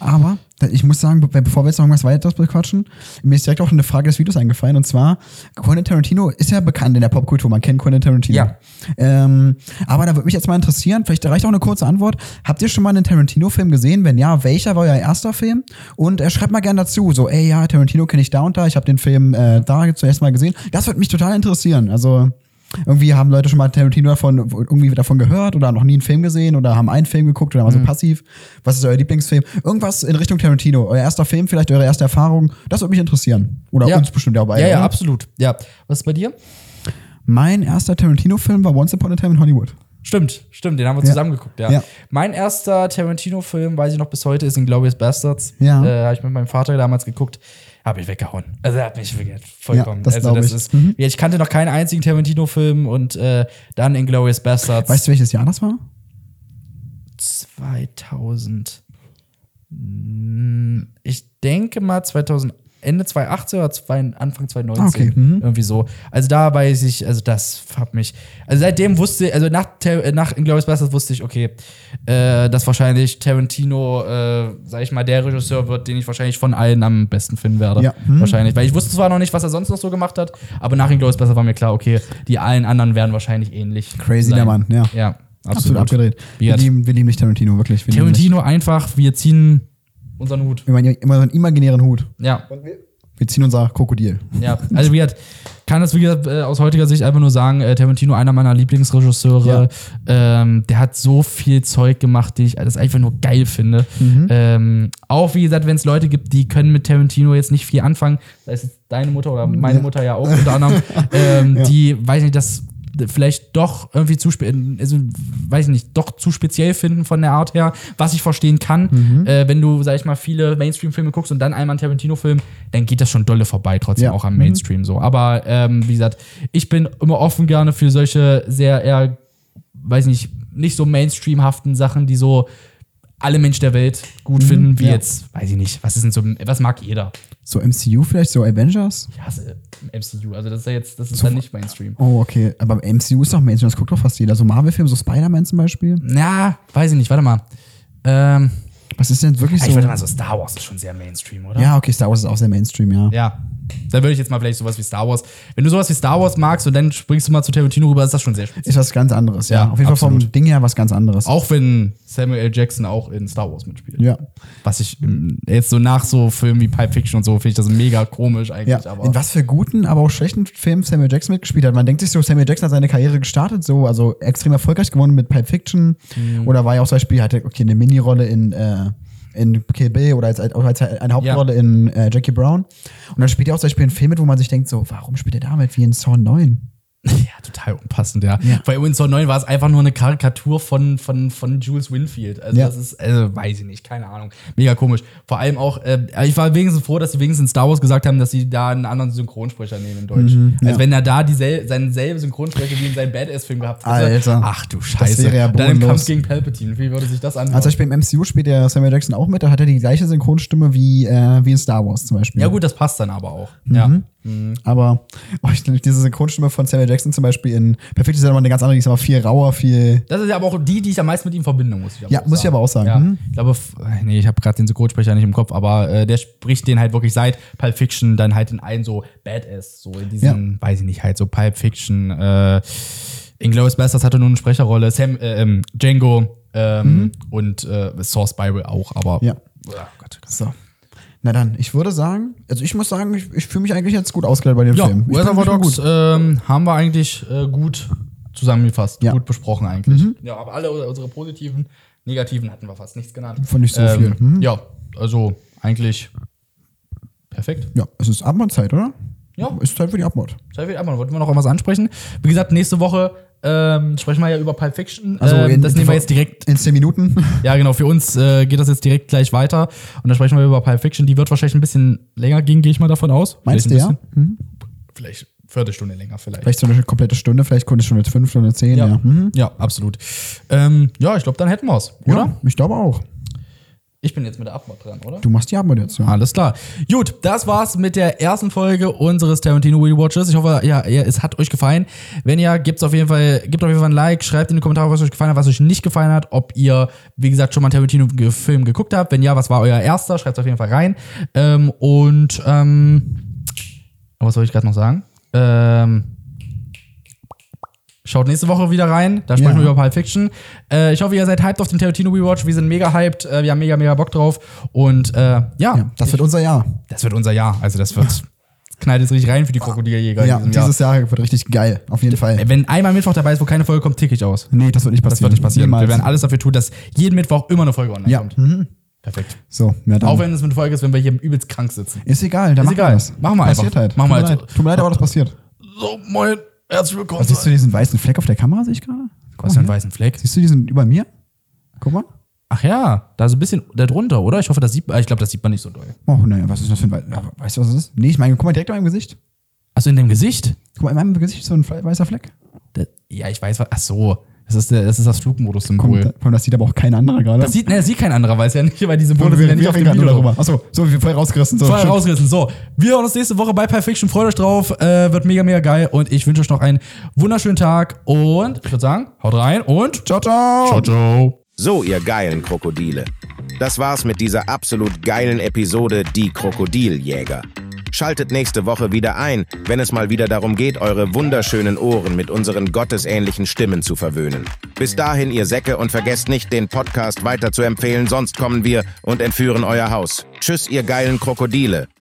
Aber da- ich muss sagen, be- bevor wir jetzt noch irgendwas weiteres bequatschen, mir ist direkt auch eine Frage des Videos eingefallen. Und zwar, Quentin Tarantino ist ja bekannt in der Popkultur. Man kennt Quentin Tarantino. Ja. Ähm, aber da würde mich jetzt mal interessieren, vielleicht reicht auch eine kurze Antwort. Habt ihr schon mal einen Tarantino-Film gesehen? Wenn ja, welcher war euer erster Film? Und äh, schreibt mal gerne dazu, so, ey, ja, Tarantino kenne ich da und da. Ich habe den Film äh, da zuerst mal gesehen. Das würde mich total interessieren. Also... Irgendwie haben Leute schon mal Tarantino davon, irgendwie davon gehört oder noch nie einen Film gesehen oder haben einen Film geguckt oder mal so Mhm. passiv. Was ist euer Lieblingsfilm? Irgendwas in Richtung Tarantino. Euer erster Film, vielleicht eure erste Erfahrung. Das würde mich interessieren. Oder Ja. uns bestimmt auch beide. Ja, ja, oder? absolut. Ja. Was ist bei dir? Mein erster Tarantino-Film war Once Upon a Time in Hollywood. Stimmt, stimmt, den haben wir Ja. zusammen geguckt, ja. Ja. Mein erster Tarantino-Film, weiß ich noch bis heute, ist Inglourious Bastards. Ja. Äh, habe ich mit meinem Vater damals geguckt. Habe ich weggehauen. Also, er hat mich wirklich vollkommen. Ja, das also, glaub ich. ist, Mhm. ja, ich kannte noch keinen einzigen Tarantino-Film und äh, dann Inglourious Bastards. Weißt du, welches Jahr das war? 2000. mm, Ich denke mal 2000, Ende 2018 oder zwei, Anfang 2019. Ah, okay, mhm. Irgendwie so. Also da weiß ich, also das hat mich. Also seitdem wusste, also nach, Ter- äh, nach Inglourious Basterds wusste ich, okay, äh, dass wahrscheinlich Tarantino, äh, sag ich mal, der Regisseur wird, den ich wahrscheinlich von allen am besten finden werde. Ja, mhm. Wahrscheinlich. Weil ich wusste zwar noch nicht, was er sonst noch so gemacht hat, aber nach Inglourious Basterds war mir klar, okay, die allen anderen werden wahrscheinlich ähnlich. Crazy sein. der Mann, ja. Ja, Absolut, abgedreht. Wir Beard. lieben, wir lieben dich, Tarantino, wirklich. Wir lieben dich. Tarantino einfach, wir ziehen unseren Hut. Wir meinen ja immer so einen imaginären Hut. Ja, Wir ziehen unser Krokodil. ja. Also wie gesagt, kann das wie gesagt äh, aus heutiger Sicht einfach nur sagen, äh, Tarantino einer meiner Lieblingsregisseure. Ähm, der hat so viel Zeug gemacht, die ich das einfach nur geil finde. Ähm, auch wie gesagt, wenn es Leute gibt, die können mit Tarantino jetzt nicht viel anfangen, da ist jetzt deine Mutter oder meine Mutter ja auch unter anderem, ähm, die weiß nicht, das vielleicht doch irgendwie zu spe- also weiß ich nicht, doch zu speziell finden von der Art her, was ich verstehen kann. Äh, wenn du, sag ich mal, viele Mainstream-Filme guckst und dann einmal einen Tarantino-Film, dann geht das schon dolle vorbei, trotzdem Ja. auch am Mainstream so. Aber ähm, wie gesagt, ich bin immer offen gerne für solche sehr eher, weiß nicht, nicht so mainstreamhaften Sachen, die so alle Menschen der Welt gut finden, wie Mhm. ja. jetzt, weiß ich nicht, was ist denn so, was mag jeder? So MCU vielleicht, so Avengers? Ich hasse MCU, also das ist ja jetzt, das ist dann nicht Mainstream. Oh, okay. Aber MCU ist doch Mainstream, das guckt doch fast jeder. So Marvel-Film, so Spider-Man zum Beispiel. Na, weiß ich nicht, warte mal. Ähm, Was ist denn wirklich Ah, ich so? würde mal so, Star Wars ist schon sehr Mainstream, oder? ja, okay, Star Wars ist auch sehr Mainstream, ja. ne? Ja. Dann würde ich jetzt mal vielleicht sowas wie Star Wars. Wenn du sowas wie Star Wars magst und dann springst du mal zu Tarantino rüber, ist das schon sehr speziell. Ist was ganz anderes, ja. Ja, Auf jeden Fall vom absolut. Ding her was ganz anderes. Auch wenn Samuel L. Jackson auch in Star Wars mitspielt. Ja. Was ich ähm, jetzt so nach so Filmen wie Pipe Fiction und so finde ich das mega komisch Ja, eigentlich. Aber in was für guten, aber auch schlechten Filmen Samuel Jackson mitgespielt hat. Man denkt sich so, Samuel Jackson hat seine Karriere gestartet, so, also extrem erfolgreich geworden mit Pulp Fiction. Mhm. Oder war ja auch zum Beispiel, hatte okay, eine Minirolle in, äh, in Kill Bill oder als, auch als eine Hauptrolle in äh, Jackie Brown. Und dann spielt er auch zum Beispiel einen Film mit, wo man sich denkt, so, warum spielt er damit wie in Saw 9? ja, total unpassend, ja. Bei Winsor 9 war es einfach nur eine Karikatur von, von, von Jules Winfield. Also Ja. das ist, also weiß ich nicht, keine Ahnung. Mega komisch. Vor allem auch, äh, ich war wenigstens froh, dass sie wenigstens in Star Wars gesagt haben, dass sie da einen anderen Synchronsprecher nehmen in Deutsch. Mhm. Also wenn er da diesel seinen selben Synchronsprecher wie in seinem Badass-Film gehabt hätte. Alter. Ach du Scheiße. wäre ja dann im bodenlos. Kampf gegen Palpatine. Wie würde sich das anhören? Also zum Beispiel im MCU spielt der Samuel Jackson auch mit, da hat er die gleiche Synchronstimme wie, äh, wie in Star Wars zum Beispiel. ja gut, das passt dann aber auch. Ja. Mhm. Aber oh, ich, diese Synchronstimme von Samuel Jackson zum Beispiel in Perfekt ist ja nochmal eine ganz andere, die ist aber viel rauer, viel Das ist ja aber auch die, die ich am meisten mit ihm verbinde, muss ich aber Ja, muss ich aber auch sagen, Ja. mhm. Ich glaube, f- äh, nee, ich habe gerade den Synchronsprecher nicht im Kopf, aber äh, der spricht den halt wirklich seit Pulp Fiction dann halt in allen so Badass, so in diesen, weiß ich nicht, halt so Pulp Fiction. Äh, Inglourious Basterds hatte nur eine Sprecherrolle, Sam, äh, ähm, Django ähm, und äh, Source Bible auch, aber Mhm. Ja. oh Gott. So. Na dann, ich würde sagen, also ich muss sagen, ich, ich fühle mich eigentlich jetzt gut ausgeleitet bei dem Ja, Film. Ich Reservoir bin- ich bin Dogs ähm, haben wir eigentlich äh, gut zusammengefasst, Ja. Mhm. gut besprochen eigentlich. Ja, aber alle unsere positiven, negativen hatten wir fast nichts genannt. Ähm, Von nicht so viel. Mhm. Ja, also eigentlich perfekt. Ja, es ist Abmordzeit, oder? Ja. Es ist Zeit für die Abmord. Sehr viel einmal. Wollten wir noch irgendwas ansprechen? Wie gesagt, nächste Woche ähm, sprechen wir ja über Pulp Fiction. Also ähm, in- das nehmen wir jetzt direkt. In 10 Minuten. Ja, genau. Für uns äh, geht das jetzt direkt gleich weiter. Und dann sprechen wir über Pulp Fiction. Die wird wahrscheinlich ein bisschen länger gehen, gehe ich mal davon aus. Meinst du Vielleicht ja? ein bisschen- Vielleicht Viertelstunde länger, vielleicht. Vielleicht so eine komplette Stunde, vielleicht Kunde Stunde 5, Stunde 10, ja. Ja, Mhm. ja absolut. Ähm, ja, ich glaube, dann hätten wir es, oder? Ja, ich glaube auch. Ich bin jetzt mit der Abmord dran, oder? Du machst die Abmord jetzt, ja. Alles klar. Gut, das war's mit der ersten Folge unseres Tarantino Rewatches. Ich hoffe, ja, ja, es hat euch gefallen. Wenn ja, gibt's auf jeden Fall, gebt auf jeden Fall ein Like, schreibt in die Kommentare, was euch gefallen hat, was euch nicht gefallen hat, ob ihr, wie gesagt, schon mal einen Tarantino-Film geguckt habt. Wenn ja, was war euer erster? Schreibt's auf jeden Fall rein. Ähm, und ähm, was soll ich gerade noch sagen? Ähm, Schaut nächste Woche wieder rein. Da sprechen Ja. wir über Pulp Fiction. Äh, ich hoffe, ihr seid hyped auf den Tarantino Rewatch. Wir sind mega hyped. Äh, wir haben mega, mega Bock drauf. Und äh, ja, ja das wird unser Jahr. das wird unser Jahr. Also das wird knallt jetzt richtig rein für die Krokodilierjäger Ja, in diesem Jahr. dieses Jahr wird richtig geil, auf jeden Fall. Wenn einmal Mittwoch dabei ist, wo keine Folge kommt, tick ich aus. Nee, das wird nicht Das wird passieren. nicht passieren. Niemals. Wir werden alles dafür tun, dass jeden Mittwoch immer eine Folge online Ja. kommt. Mhm. Perfekt. So, mehr dann. Auch wenn es eine Folge ist, wenn wir hier übelst krank sitzen. ist egal, dann Ist machen egal. wir das. Machen wir passiert einfach. Halt. Also- Machen wir Tut mir halt. leid. Tut mir leid, aber das passiert. So, moin. Herzlich willkommen. Was siehst du diesen weißen Fleck auf der Kamera, sehe ich gerade? Guck Was mal für einen hier. weißen Fleck? Siehst du diesen über mir? Guck mal. Mhm. Ach ja, da so ein bisschen da drunter, oder? Ich hoffe, das sieht man. Ich glaube, das sieht man nicht so doll. Oh, naja, was ist das für ein Wei- ja, Weißt du, was das ist? Nee, ich meine, guck mal direkt an meinem Gesicht. Also in dem Gesicht? Guck mal, in meinem Gesicht ist so ein fle- weißer Fleck. Da- ja, ich weiß was. Ach so. Das ist, der- das, ist das Komm, da, Flugmodus-Symbol. komm, das sieht aber auch kein anderer gerade. Das sieht, ne, das sieht kein anderer, weil es ja nicht, weil die Symbole wir, sind wir, ja nicht auf reden dem gerade Video. nur drauf. darüber. Achso, so, wir voll rausgerissen. So, Vorher Stimmt. rausgerissen. So, wir hören uns nächste Woche bei Perfection. Freut euch drauf. Äh, wird mega, mega geil. Und ich wünsche euch noch einen wunderschönen Tag. Und ich würde sagen, haut rein und Ciao, ciao. ciao, ciao. So, ihr geilen Krokodile. Das war's mit dieser absolut geilen Episode Die Krokodiljäger. Schaltet nächste Woche wieder ein, wenn es mal wieder darum geht, eure wunderschönen Ohren mit unseren gottesähnlichen Stimmen zu verwöhnen. Bis dahin, ihr Säcke, und vergesst nicht, den Podcast weiter zu empfehlen, sonst kommen wir und entführen euer Haus. Tschüss, ihr geilen Krokodile.